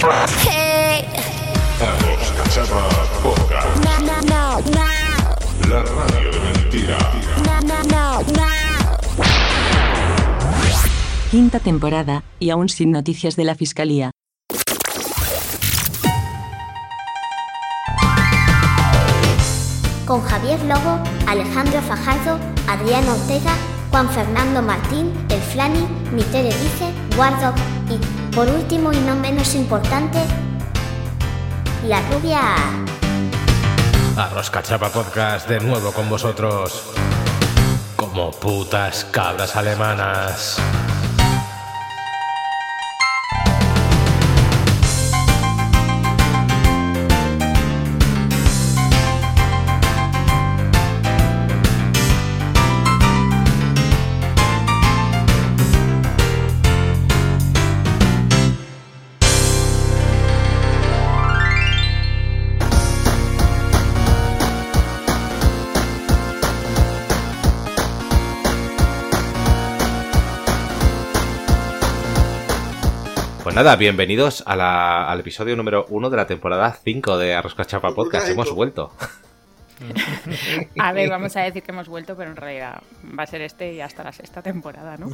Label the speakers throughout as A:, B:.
A: Hey.
B: Vamos, cachapa, poca.
A: No, no, no, no.
B: La radio de mentira.
A: No, no, no, no.
C: Quinta temporada, y aún sin noticias de la Fiscalía.
D: con Javier Lobo, Alejandro Fajardo, Adrián Ortega, Juan Fernando Martín, El Flani, Mi Tele Dice, Guardo y, por último y no menos importante, la rubia.
E: Arroz Cachapa Podcast de nuevo con vosotros. Como putas cabras alemanas.
F: Pues nada, bienvenidos a la- al episodio número uno de la temporada 5 de Arroz Cachapa Podcast. Hemos vuelto.
G: A ver, vamos a decir que hemos vuelto, pero en realidad va a ser este y hasta la sexta temporada, ¿no?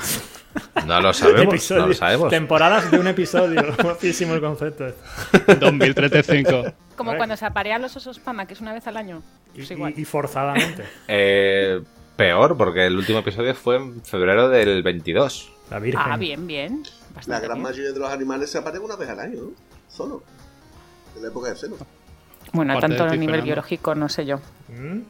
F: No lo sabemos,
H: Episodios.
F: no lo sabemos.
H: Temporadas de un episodio. Muchísimo el concepto. este.
I: 2035.
G: Como
H: Vale.
G: cuando se aparean los osos pama, que es una vez al año. Pues
H: Y,
G: igual.
H: y- y forzadamente.
F: Eh, peor, porque el último episodio fue en febrero del 22.
H: La Virgen.
G: Ah, bien, bien.
J: La
G: Bastante
J: gran
G: bien.
J: mayoría de los animales se aparecen una vez al año, ¿no? Solo. En la época de celo.
G: Bueno,
I: Aparte
G: tanto
I: de
G: a
I: ti,
G: nivel
I: Fernando.
G: biológico, no sé yo.
H: Mm.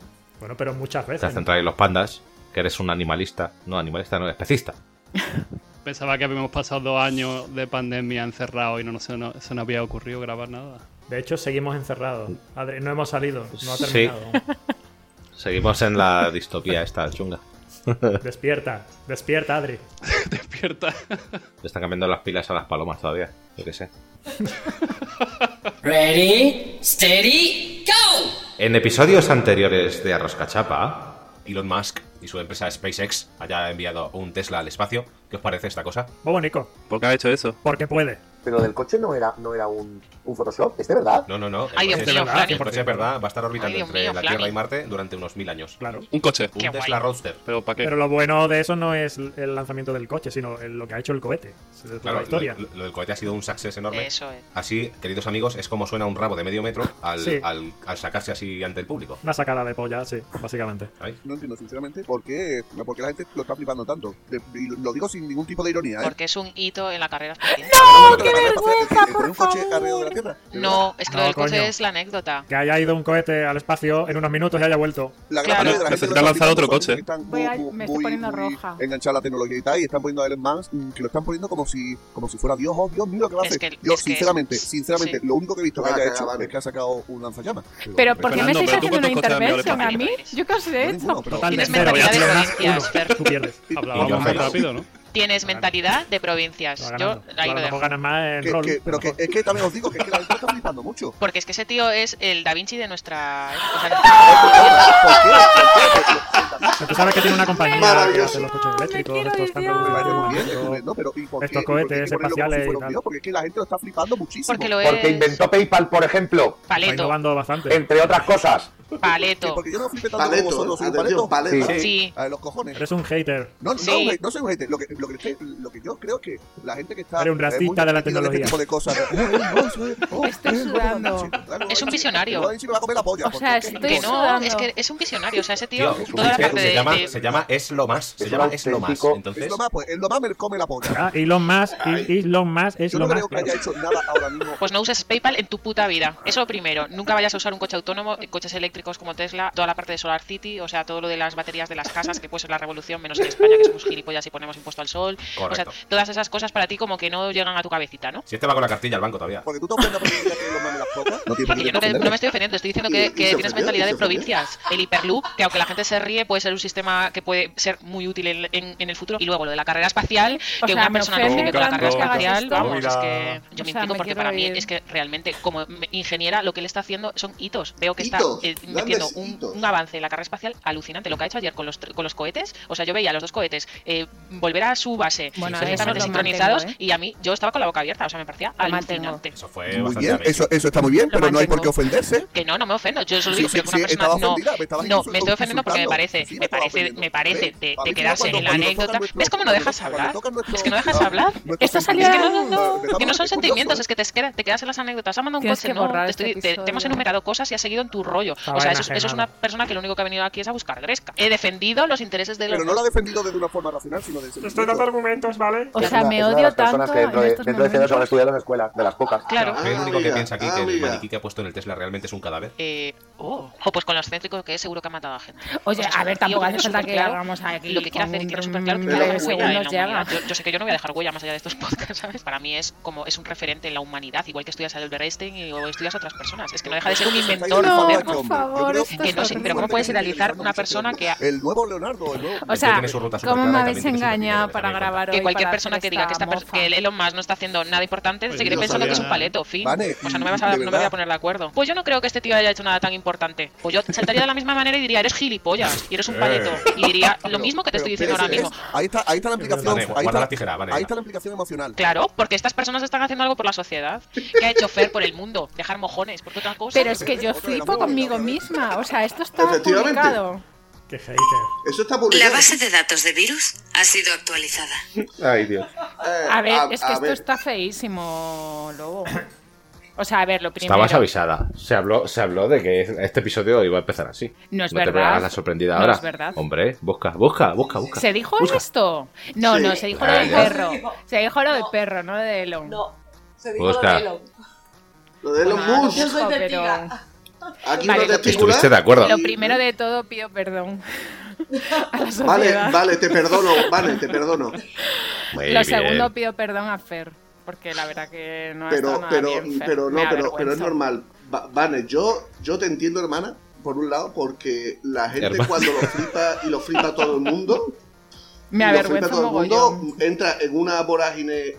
H: Bueno, pero muchas
F: Te
H: veces.
F: hacen traer los pandas, que eres un animalista. No, animalista, no, especista.
I: Pensaba que habíamos pasado dos años de pandemia encerrados y no, no se, no- se nos había ocurrido grabar nada.
H: De hecho, seguimos encerrados. Adri, no hemos salido. No ha
F: Sí.
H: terminado.
F: Seguimos en la distopía esta chunga.
H: Despierta. Despierta, Adri.
I: Despierta.
F: Le están cambiando las pilas a las palomas todavía. Yo qué sé.
K: Ready, steady, go!
F: En episodios anteriores de Arroz Cachapa, Elon Musk y su empresa SpaceX haya enviado un Tesla al espacio. ¿Qué os parece esta cosa?
H: Bobo Nico,
I: ¿Por qué ha hecho eso?
H: porque puede.
L: Pero del coche no era, no era un, un Photoshop, ¿este verdad?
F: No, no, no.
G: Ay, Dios
F: El coche
G: mío,
F: es verdad,
G: Flavio.
F: el coche es verdad, va a estar orbitando
G: Ay, Dios
F: entre
G: mío,
F: la
G: Flavio.
F: Tierra y Marte durante unos mil años.
H: Claro.
I: Un coche.
F: Un Tesla Roadster.
I: ¿Pero para qué?
H: Pero lo bueno de eso no es el lanzamiento del coche, sino el- lo que ha hecho el cohete. Es de toda
F: Claro,
H: la historia.
F: Lo, lo del cohete ha sido un success enorme.
G: Eso es.
F: Así, queridos amigos, es como suena un rabo de medio metro al,
H: Sí.
F: al- al sacarse así ante el público.
H: Una sacada de polla, sí, básicamente.
F: ¿sabéis?
J: No entiendo, sinceramente, por qué, por qué la gente lo está flipando tanto. De- y lo- lo digo sin ningún tipo de ironía. ¿eh?
K: Porque es un hito en la carrera.
J: ¡No!
G: qué vergüenza,
J: un
G: por
J: coche alrededor de la Tierra? de verdad.
K: No, es que
H: No,
K: lo del coche
H: coño.
K: es la anécdota.
H: Que haya ido un cohete al espacio en unos minutos y haya vuelto.
J: La mayoría
G: Claro.
J: de la gente
I: Necesitan
J: lo está
I: lanzar
J: flipando
I: otro
J: porque
I: coche.
J: Están
G: Voy a-
J: muy, muy,
G: me estoy poniendo
J: muy
G: roja.
J: enganchados a la tecnología y tal, y están poniendo a Elon Musk mm, que lo están poniendo como si, como si fuera Dios, oh Dios mío, lo que va a
K: Es
J: hacer.
K: que-
J: Yo,
K: es que-
J: sinceramente, sinceramente,
K: sí.
J: lo único que he visto que
L: Ah,
J: haya
L: caga,
J: hecho
L: vale.
J: es que ha sacado un lanzallamas.
G: Pero ¿por qué me
I: Fernando,
G: estáis
I: pero tú
G: haciendo una
I: cuántos coches has enviado
G: intervención
I: al
G: a
K: espacio?
G: mí? ¿Yo qué os he
J: No, ninguno,
G: hecho?
J: pero-
H: Total de
K: Tienes
H: cero, ya
K: mentalidad de
H: tienes
K: provincias,
H: uno.
K: Fer.
H: Tú pierdes.
F: Vamos
H: Hablábamos más
I: Vamos más
F: ganando.
H: rápido.
I: rápido, ¿no?
K: Tienes mentalidad de
H: Está
K: provincias. Yo
H: ganando.
K: ahí
H: Claro,
K: lo
H: a lo mejor
K: dejo.
H: ganas más en
J: Que-
H: rol.
J: que- pero que, es que también os digo que, es que la gente está flipando mucho.
K: Porque es que ese tío es el Da Vinci de nuestra. o sea,
H: Pero tú sabes que tiene una compañía que
J: Maravilloso.
H: hace los coches eléctricos,
G: quiero
H: estos
G: ir,
H: tan
G: Dios.
J: Muy bien,
H: revolucionarios.
J: Rubén, ¿no? Pero, ¿y por qué- y por
H: Estos
J: qué hay
H: cohetes
J: que ponerlo como si
H: espaciales
J: fuera un
H: y tal.
J: Dios? Porque es que la gente lo está flipando muchísimo.
K: porque lo
L: Porque
K: es.
L: inventó PayPal, por ejemplo,
H: Está
K: Paleto.
H: innovando bastante.
L: entre otras cosas.
K: Paleto.
J: Porque yo no flipé tanto
L: Paleto,
J: como vosotros, soy un
L: atención,
J: paleto.
L: paleto.
J: Sí.
K: Sí.
J: A ver, los cojones.
H: Eres un hater.
J: No, no,
K: Sí.
J: güey, no soy un gente. Lo que, lo, que estoy- lo que yo creo es que la gente que está.
H: Eres un
J: eh, muy
H: racista de
J: metida
H: la
J: en
H: tecnología.
J: Este tipo de cosas. No, soy- oh,
G: Estoy
J: eh, bueno,
G: sudando.
J: sí, claro,
K: Es un
J: sí,
K: visionario.
J: no, sí me va a comer la polla,
G: O
J: porque
G: sea,
J: es que-
G: estoy
K: Que no,
G: sudando.
K: es que es un visionario. O sea,
G: Este
K: ese tío,
F: Tío, es
K: toda la
F: que
K: parte
F: se,
K: de.
F: llama,
K: de-
F: se llama Es lo más. Se
L: Es
F: llama
L: un
F: Es lo más.
L: auténtico-
F: Entonces,
J: Es lo más, pues es lo más, me come la polla.
H: Ah, Elon Musk, y- Elon Musk es
J: Yo
H: lo
J: no
H: más.
J: creo que haya hecho nada ahora mismo.
K: Pues no uses PayPal en tu puta vida. Eso lo primero. Nunca vayas a usar un coche autónomo, coches eléctricos como Tesla, toda la parte de Solar City, o sea, todo lo de las baterías de las casas, que puede ser la revolución, menos en España, que somos gilipollas y ponemos impuesto al sol.
F: Correcto.
K: O sea, todas esas cosas para ti como que no llegan a tu cabecita, ¿no?
F: si este va con la cartilla al banco todavía.
J: Porque tú te ofendas porque ya que los mames las cosas. No tiene
K: Que yo no, te- no me estoy ofendiendo, estoy diciendo
J: Y- y
K: que,
J: se
K: que tienes
J: ofendió,
K: mentalidad
J: y
K: de
J: se ofendió.
K: provincias. El hiperloop, que aunque la gente se ríe, puede ser un sistema que puede ser muy útil en, en- en el futuro. Y luego lo de la carrera espacial,
G: O
K: que
G: sea,
K: una
G: me
K: persona que
G: ofende
K: flipe con la
G: tanto
K: carrera
G: que hagas
K: espacial,
G: esto.
K: vamos, es
H: Mira.
K: que yo
G: O
K: me
G: sea,
K: implico
G: me
K: porque
G: quiero
K: para mí
G: ir.
K: es que realmente como me- ingeniera lo que él está haciendo son hitos. Veo que está
J: ¿Hitos?
K: eh, metiendo un,
H: Eh,
K: un avance en la carrera espacial alucinante. Lo que ha hecho ayer con los, tr- con los cohetes, o sea, yo veía los dos cohetes eh, volver a su base
G: Bueno,
K: perfectamente
G: eso lo
K: sincronizados
G: mantengo,
K: y a mí yo estaba con la boca abierta, o sea, me parecía
G: Lo mantengo.
K: alucinante.
M: Eso fue
N: Muy
M: bastante
N: bien,
M: amazing.
N: eso, eso está muy bien,
K: Lo
N: pero no hay por qué
K: mantengo.
N: ofenderse.
K: Que no, no me ofendo. Yo solo
N: Sí,
K: digo
N: sí,
K: que una
N: sí,
K: persona
N: estaba
K: no.
N: ofendida, me estabas
K: no, me estoy
N: insultando.
K: ofendiendo porque me parece,
N: Sí, me
K: me
N: estaba
K: parece,
N: ofendiendo.
K: me parece
N: Ven,
K: de,
N: a
K: de
N: ver,
K: quedarse
N: cuando-
K: en la
N: cuando tocan
K: anécdota.
N: nuestro-
K: ¿Ves cómo no
N: cuando
K: dejas
N: tocan
K: hablar?
N: nuestro- Ah,
K: Es que no dejas hablar.
N: nuestro
K: Esta salida es que no, no, no,
N: empezamos
K: que no
N: a
K: son
N: ser
K: sentimientos,
N: curiosos.
K: es que te, queda- te quedas en las anécdotas. Ha mandado un
G: Tienes
K: coche,
G: que
K: no.
G: borrar
K: te,
G: este
K: estoy- te- te hemos
G: episodio.
K: enumerado cosas y has seguido en tu rollo. O sea,
N: Estaba
K: eso, es- eso es
N: enajenado.
K: una persona que lo único que ha venido aquí es a buscar gresca. He defendido los intereses de los.
N: Pero no lo ha defendido de una forma racional, sino de
H: Estoy dando argumentos, ¿vale?
K: O
L: Es
K: sea,
L: una-
K: me
L: es una de
K: odio
L: las personas
K: tanto
L: que dentro
K: en
L: de,
K: estos
L: dentro de cien años
K: momentos.
L: habrán estudiado en la escuela, de las pocas.
K: Claro.
M: Soy el único que piensa aquí que el
L: amiga.
M: maniquí que ha puesto en el Tesla realmente es un cadáver.
K: Eh, oh, jo, pues con los céntricos que es, seguro que ha matado a gente.
G: Oye, a ver, tampoco hace falta que
K: Superclaro.
G: hagamos aquí.
K: Lo que quiere
G: con
K: hacer y tiene
G: un
K: súper claro que
G: breve
K: no dejar huella en
G: segundos
K: la
G: ya.
K: humanidad. Yo, yo sé que yo no voy a dejar huella más allá de estos podcasts, ¿sabes? Para mí es como es un referente en la humanidad, igual que estudias a Albert Einstein y- o estudias a otras personas. Es que no deja de ser un inventor
G: No,
K: moderno.
G: por favor, esto
K: que
G: es
K: no sé, pero ¿cómo
G: horrible.
K: puedes idealizar una persona que ha-
N: El nuevo Leonardo, el nuevo.
G: O sea,
K: tiene su ruta
G: ¿cómo
K: superclara
G: me
K: y
G: habéis
K: también tiene su
G: engañado para grabar hoy?
K: que cualquier
G: para
K: persona que
G: hacer
K: diga que,
G: esta
K: esta pers-
G: mofa?
K: que el Elon Musk no está haciendo nada importante,
G: Pues
K: se
G: yo
K: quiere
G: no
K: pensando que
G: sabía
K: es un
G: nada.
K: paleto, fin.
G: Vale,
K: o sea, no me,
G: y-
K: vas a,
G: de
K: no me voy
G: verdad.
K: a poner de acuerdo. Pues yo no creo que este tío haya hecho nada tan importante. Pues yo saltaría de la misma manera y diría, eres gilipollas y eres un
N: Eh.
K: paleto. Y diría lo
N: Pero-
K: mismo que te
N: pero
K: estoy diciendo ahora
N: ese es-
K: mismo.
N: Ahí está, ahí está la implicación.
M: Vale,
N: ahí
M: guarda
N: está,
M: la tijera, vale,
N: ahí
M: venga.
N: está la implicación emocional.
K: Claro, porque estas personas están haciendo algo por la sociedad. ¿Qué ha hecho Fer por el mundo? Dejar mojones, por qué otra cosa.
G: Pero es que yo flipo conmigo misma. O sea, esto está
J: Efectivamente.
G: publicado.
H: Qué hater.
J: Eso está
O: La
J: publicado.
O: base de datos de virus ha sido actualizada.
L: Ay, Dios.
G: A ver,
J: Eh, a-
G: es que
J: a
G: esto
J: ver.
G: está feísimo, lobo. O sea, a ver, lo primero.
F: Estabas avisada. Se habló, se habló de que este episodio iba a empezar así.
G: No es
F: te
G: verdad.
F: veas la sorprendida
G: No
F: ahora.
G: es verdad.
F: Hombre, busca, busca, busca, busca.
G: ¿Se dijo esto? No,
F: Sí.
G: no, se dijo lo del
F: Ah, ya.
G: perro. Se dijo lo del perro, no lo de Elon. No, se
F: dijo lo Busca. de Elon.
J: Lo de los mus.
G: Yo soy
J: Aquí
G: Vale,
J: uno
G: lo
J: testicula.
F: Estuviste de acuerdo.
G: Lo primero de todo, pido perdón. A la
J: Vale,
G: sociedad.
J: vale, te perdono, vale, te perdono.
F: Muy
G: Lo
F: bien.
G: segundo, pido perdón a Fer. Porque la verdad que no ha estado
J: Pero,
G: nada
J: pero,
G: bien, Fer.
J: pero no,
G: Me
J: pero, pero es
G: avergüenzo.
J: normal. Va- Vane, yo, yo te entiendo, hermana, por un lado, porque la gente
F: Hermana.
J: cuando lo flipa y lo flipa todo el mundo,
G: Me
J: y lo flipa
G: avergüenza
J: todo el
G: mogollón.
J: mundo, entra en una vorágine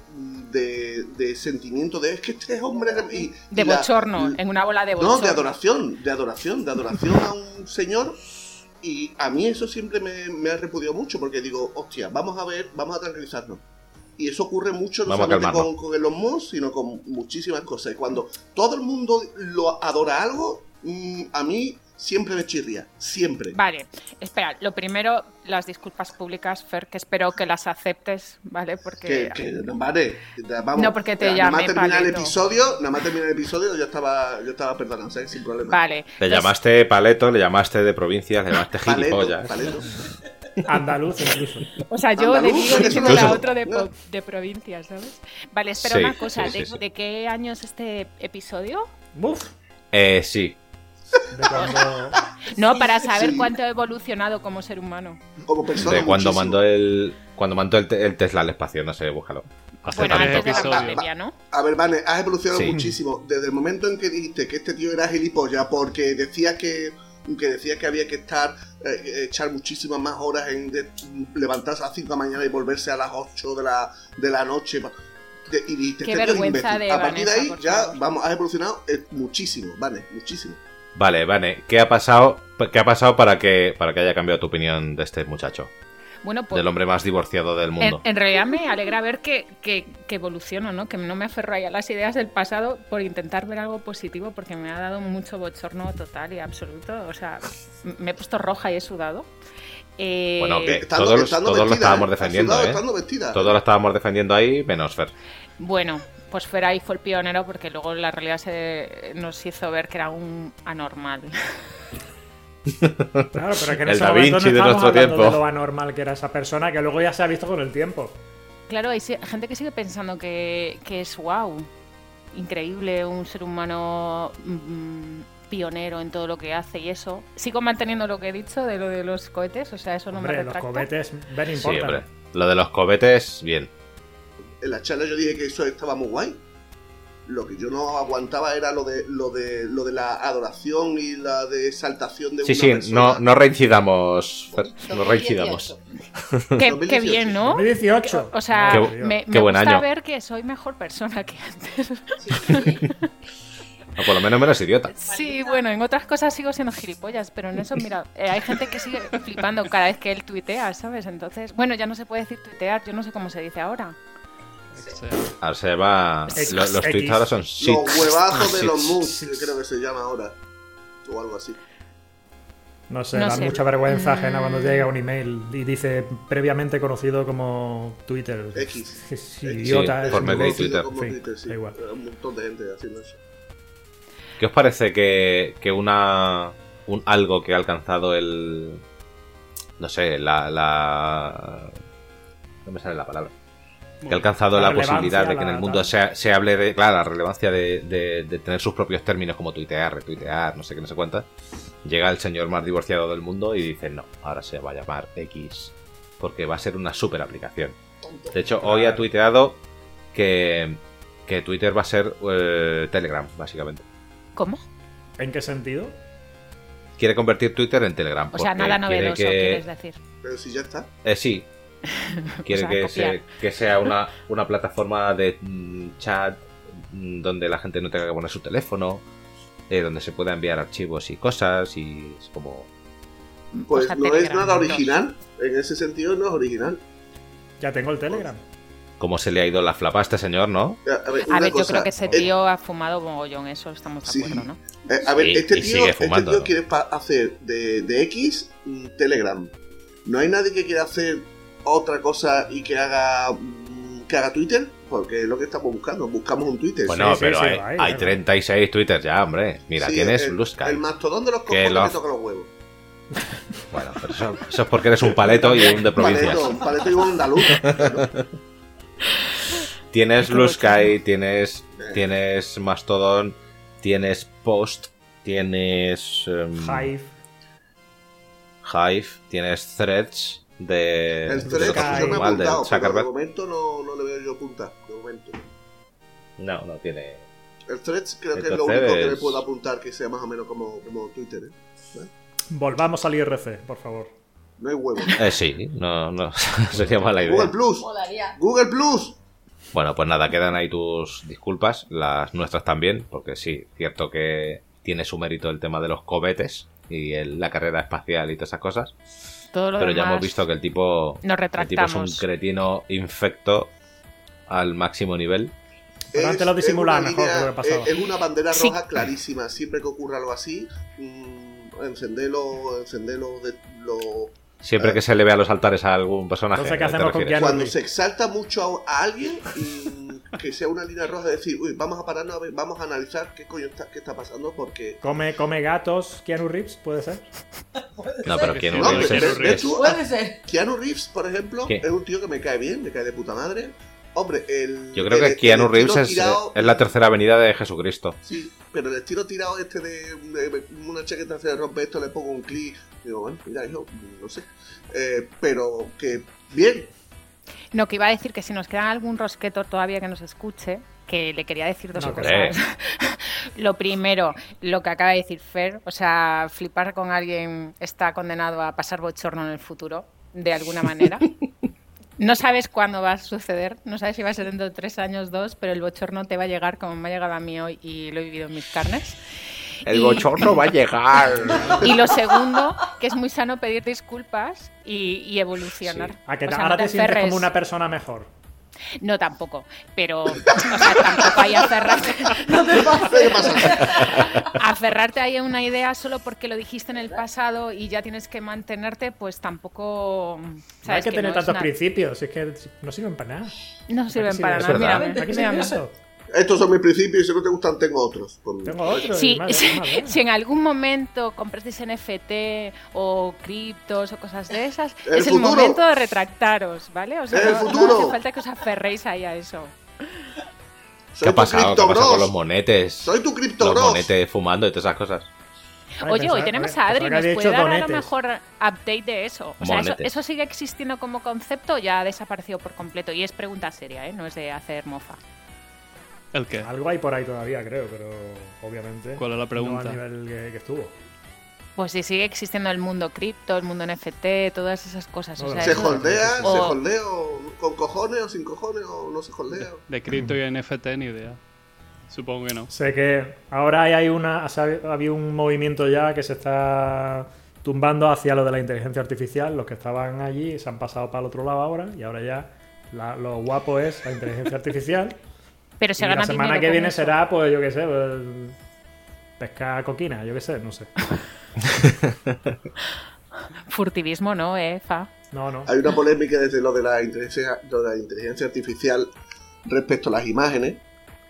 J: de, de sentimiento de es que este es hombre y- y
G: De
J: la-
G: bochorno, en una bola de bochorno.
J: No, de adoración, de adoración, de adoración a un señor. Y a mí eso siempre me, me ha repudiado mucho porque digo, hostia, vamos a ver, vamos a tranquilizarnos. Y eso ocurre mucho no
F: Vamos a
J: solamente con,
F: calmarnos.
J: con Elon Musk, sino con muchísimas cosas. Y cuando todo el mundo lo adora algo, mm, a mí siempre me chirría, siempre.
G: Vale, espera, lo primero, las disculpas públicas, Fer, que espero que las aceptes, ¿vale? Porque
J: Que, que- vale, vamos.
G: No, porque te
J: nada más
G: llamé,
J: terminar el
G: Paleto.
J: episodio, nada más terminar el episodio, yo estaba, yo estaba perdonando, ¿sabes? Sin problema.
G: Vale. Pues,
F: Le llamaste paleto, le llamaste de provincias, le llamaste gilipollas.
H: Andaluz incluso.
G: O sea, yo le
H: Andaluz,
G: digo
H: ¿eres
G: diciéndole a
H: andaluz?
G: otro de, po- de provincia, ¿sabes? Vale, espera
F: Sí,
G: una cosa,
F: sí, sí,
G: ¿de,
F: sí.
G: de qué año es este episodio?
F: Eh, sí.
G: No, para saber cuánto ha evolucionado como ser humano.
J: Como
F: De cuando mandó el. Cuando mandó el, te- el Tesla al espacio, no sé, búscalo. Hace
G: Bueno,
F: tanto
G: antes de la
F: tiempo.
G: pandemia, ¿no?
J: A ver, Vane, has evolucionado
F: Sí.
J: muchísimo. Desde el momento en que dijiste que este tío era gilipollas porque decía que, que decía que había que estar eh, echar muchísimas más horas en de- levantarse a las 5 de la mañana y volverse a las 8 de la, de la noche. pa- de- y dijiste,
G: Qué
J: este tío es
G: vergüenza
J: imbécil.
G: de
J: A partir de
G: Vanessa,
J: ahí
G: por
J: ya, vamos, has evolucionado eh, muchísimo, Vane, muchísimo.
F: Vale, vale. ¿Qué ha pasado? ¿Qué ha pasado para que, para que haya cambiado tu opinión de este muchacho?
G: Bueno, pues Eh,
F: Del hombre más divorciado del
G: en,
F: mundo.
G: en realidad me alegra ver que, que, que evoluciono, ¿no? Que no me aferro ahí a las ideas del pasado por intentar ver algo positivo, porque me ha dado mucho bochorno total y absoluto. O sea, m- me he puesto roja y he sudado. Eh,
F: Bueno, que todos, los- todos lo estábamos defendiendo,
J: sudado,
F: ¿eh?
J: estando vestida.
F: Todos lo estábamos defendiendo ahí, menos Fer.
G: Bueno, pues Fer ahí fue el pionero porque luego la realidad se nos hizo ver que era un anormal.
H: Claro, pero que
F: El
H: en ese
F: Da
H: momento
F: Vinci de
H: no estábamos
F: nuestro
H: hablando
F: tiempo.
H: de lo anormal que era esa persona, que luego ya se ha visto con el tiempo.
G: Claro, hay si- gente que sigue pensando que, que es wow, increíble, un ser humano mm, pionero en todo lo que hace y eso. Sigo manteniendo lo que he dicho de lo de los cohetes, o sea, eso no me
H: Hombre, los
G: retracto.
H: cohetes, ven
F: Sí, hombre.
H: importa.
F: Lo de los cohetes, bien.
J: en la charla yo dije que eso estaba muy guay. Lo que yo no aguantaba era lo de lo de lo de la adoración y la de exaltación de
F: Sí,
J: una
F: sí,
J: persona.
F: no, no reincidamos, Fer. No reincidamos.
G: Qué, qué bien, ¿no?
H: 2018.
G: O sea,
F: Qué bu-
G: me,
F: qué
G: me
F: buen
G: gusta
F: año.
G: ver que soy mejor persona que antes.
F: O por lo menos menos idiota.
G: Sí, bueno, en otras cosas sigo siendo gilipollas, pero en eso, mira, eh, hay gente que sigue flipando cada vez que él tuitea, ¿sabes? Entonces, bueno, ya no se puede decir tuitear, yo no sé cómo se dice ahora.
F: Ahora se va.
J: X,
F: lo- los
J: X.
F: tweets ahora son shit.
J: Los huevazos de
F: Shit.
J: los moods, creo que se llama ahora. O algo así.
H: No sé,
J: No
H: da
J: sé.
H: mucha vergüenza ajena
J: Mm.
H: cuando llega un email y dice previamente conocido como Twitter.
J: X.
H: Es
J: Eh, Sí,
H: idiota. es
F: por
H: un
F: medio de
H: imbécil.
F: Twitter.
J: Como
H: En fin.
J: Twitter, sí. Eh, Un montón de gente haciendo eso.
F: ¿Qué os parece que, que una un algo que ha alcanzado el no sé, la la no me sale la palabra. Que ha alcanzado
P: La
F: la, posibilidad
P: relevancia,
F: de que en el
P: la-
F: mundo
P: la-
F: se, se hable de, claro, la relevancia de, de- de tener sus propios términos como tuitear, retuitear, no sé qué, no sé cuántas. Llega el señor más divorciado del mundo y dice, no, ahora se va a llamar X, porque va a ser una super aplicación. De hecho, hoy ha tuiteado que, que Twitter va a ser eh, Telegram, básicamente.
G: ¿Cómo?
H: ¿En qué sentido?
F: Quiere convertir Twitter en Telegram.
G: O sea,
F: porque
G: nada
F: quiere
G: novedoso,
F: Pues, eh, que-
G: quieres decir.
J: Pero si ya está.
F: Eh, sí. Quiere
G: O sea,
F: que,
G: copiar.
F: se- que sea una, una plataforma de mm, chat mm, donde la gente no tenga que poner su teléfono, eh, donde se pueda enviar archivos y cosas, y es como...
J: Pues
H: Ojalá
J: no es
H: Telegram,
J: nada
H: dos.
J: original. En ese sentido no es original.
H: Ya tengo el Telegram.
F: Como se le ha ido la flapa a este señor, ¿no?
J: A ver,
G: A
J: una
G: ver, yo
J: cosa,
G: creo que ese
J: eh,
G: tío ha fumado mogollón, eso estamos de acuerdo, ¿no?
J: eh, a ver,
F: Sí,
J: este
F: y
J: tío,
F: sigue
J: este
F: fumando,
J: tío
F: ¿no?
J: quiere pa- hacer de, de X mm, Telegram. No hay nadie que quiera hacer otra cosa y que haga mm, que haga Twitter, porque es lo que estamos buscando. Buscamos un Twitter.
F: Bueno, pero hay, hay 36 Twitter ya, hombre. Mira,
J: Sí,
F: tienes
J: el-
F: Blue Sky.
J: El mastodón de los
F: Que
J: cojones
F: lo-
J: que toca los huevos.
F: Bueno, pero eso, eso es porque eres un paleto y un de provincias.
J: Paleto, paleto y un andaluz.
F: Tienes Blue Sky, tienes,
J: Eh.
F: tienes Mastodon, tienes Post, tienes... em,
H: Hive.
F: Hive, tienes Threads de... de
J: El
F: lo
J: thread
F: que
J: yo
F: hace
J: me he
F: Malden,
J: apuntado, pero de
F: Zuckerberg.
J: momento no, no le veo yo punta. De momento.
F: No, no tiene...
J: El thread creo que es lo
F: Entonces-
J: único que le puedo apuntar que sea más o menos como, como Twitter, ¿eh? ¿Eh?
H: Volvamos al IRC, por favor.
J: No hay huevos.
F: Eh, sí, no, no, sería mala idea.
J: Google Plus. Google Plus.
F: Bueno, pues nada, quedan ahí tus disculpas, las nuestras también, porque sí, cierto que tiene su mérito el tema de los cohetes y el- la carrera espacial y todas esas cosas.
G: Todo lo
F: pero ya
G: demás
F: hemos visto que el tipo,
G: nos
F: el tipo es un
G: retractamos.
F: cretino infecto al máximo nivel.
H: Pero antes lo disimulaba
J: una
H: mejor
J: línea-
H: de lo que pasaba.
J: es- es una bandera
H: Sí.
J: roja clarísima. Siempre que ocurra algo así, mm, encendelo, encendelo de lo-
F: Siempre que se le vea los altares a algún personaje. ¿a te refieres?
J: Cuando se exalta mucho a, a alguien, mm, que sea una línea roja, decir, uy, vamos a pararnos a ver, vamos a analizar qué coño está, qué está pasando, porque
H: Come, come gatos, Keanu Reeves, puede ser.
F: No, pero ¿quién
J: No,
F: hubiese-
J: pero ve- ve tú,
K: Puede
J: ah, Keanu Reeves, por ejemplo,
F: ¿Qué?
J: es un tío que me cae bien, me cae de puta madre. Hombre, el.
F: Yo creo que
J: el-
F: Keanu
J: el
F: Reeves
J: estilo
F: es,
J: eh, tirado-
F: es la tercera venida de Jesucristo.
J: sí, pero el estilo tirado este de, de una chaqueta se le rompe esto, le pongo un clic. Digo, bueno, mira, yo no sé. Eh, pero que. Bien.
G: No, que iba a decir que si nos queda algún rosqueto todavía que nos escuche, que le quería decir dos
J: No,
G: cosas. lo primero, lo que acaba de decir Fer, o sea, flipar con alguien está condenado a pasar bochorno en el futuro, de alguna manera. No sabes cuándo va a suceder, no sabes si va a ser dentro de tres años, dos, pero el bochorno te va a llegar como me ha llegado a mí hoy y lo he vivido en mis carnes.
F: El bochorno va a llegar.
G: Y lo segundo, que es muy sano pedir disculpas y, y evolucionar.
H: A que
G: O sea, no
H: ahora
G: te
H: te sientes
G: aferres.
H: como una persona mejor.
G: No, tampoco. Pero, o sea, tampoco hay aferrarte. aferrarte ahí a una idea solo porque lo dijiste en el pasado y ya tienes que mantenerte, pues tampoco.
H: No hay
G: sabes
H: que, tener
G: no es
H: tantos
G: na-
H: principios, es que no sirven para nada.
G: No sirven
H: Sí,
G: para
H: es
G: nada.
H: verdad.
G: Mírame,
H: ¿Para qué
G: mírame.
H: sirve eso?
J: Estos son mis principios y si no te gustan, tengo otros.
H: Tengo otros.
G: Sí, si, si en algún momento comprasteis NFT o criptos o cosas de esas,
J: El
G: es
J: futuro.
G: el momento de retractaros, ¿vale? O sea,
J: El
G: no-
J: futuro.
G: no hace falta que os aferréis ahí a eso.
F: ¿Qué ha pasado? ¿Qué ha pasado
J: Bros.
F: con los monetes?
J: Soy tu Crypto
F: Los
J: Bros.
F: monetes fumando y todas esas cosas.
G: Oye, hoy tenemos a Adri, nos
H: pensaba que había
G: puede
H: dicho
G: dar a
H: donetes.
G: lo mejor update de eso. O sea, eso,
F: Monetes.
G: eso sigue existiendo como concepto o ya ha desaparecido por completo. Y es pregunta seria, ¿eh? No es de hacer mofa.
I: ¿El qué?
H: Algo hay por ahí todavía, creo, pero obviamente.
I: ¿Cuál es la pregunta?
H: No al nivel que, que estuvo.
G: Pues si sigue existiendo el mundo cripto, el mundo NFT, todas esas cosas. o
H: No,
G: sea,
J: ¿Se
G: eso-
J: holdea? ¿Se
G: o-
J: holdea o con cojones o sin cojones o no se holdea?
I: De cripto y NFT ni idea. Supongo que no.
H: Sé que ahora hay- hay una, o sea, había un movimiento ya que se está tumbando hacia lo de la inteligencia artificial. Los que estaban allí se han pasado para el otro lado ahora y ahora ya la- lo guapo es la inteligencia artificial.
G: Pero se
H: Y
G: gana
H: la semana
G: dinero
H: que
G: con
H: viene
G: eso.
H: será, pues yo qué sé, pues, pescar coquina, yo qué sé, no sé.
G: Furtivismo no, eh, Fa.
H: No, no.
J: Hay una polémica desde lo de la inteligencia, lo de la inteligencia artificial respecto a las imágenes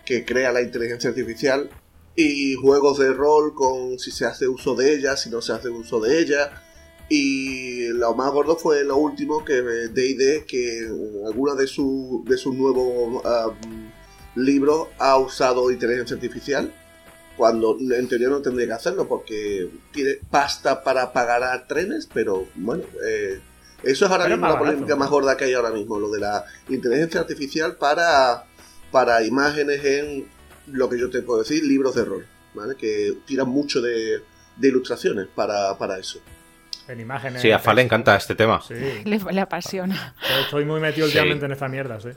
J: que crea la inteligencia artificial y juegos de rol con si se hace uso de ella, si no se hace uso de ella. Y lo más gordo fue lo último que eh, D&D, que en alguna de sus de sus nuevos ah, libros ha usado inteligencia artificial cuando en teoría no tendría que hacerlo porque tiene pasta para pagar a trenes, pero bueno, eh, eso es ahora
H: Pero
J: mismo
H: más
J: la
H: barato.
J: polémica más gorda que hay ahora mismo, lo de la inteligencia artificial para, para imágenes en lo que yo te puedo decir, libros de rol, ¿vale? Que tiran mucho de, de ilustraciones para, para eso.
H: En imágenes.
F: Sí, a Fa le
H: texto.
F: encanta este tema.
H: Sí.
G: Le, le apasiona.
H: Pero Estoy muy metido
F: Sí.
H: últimamente en esta mierda, sí.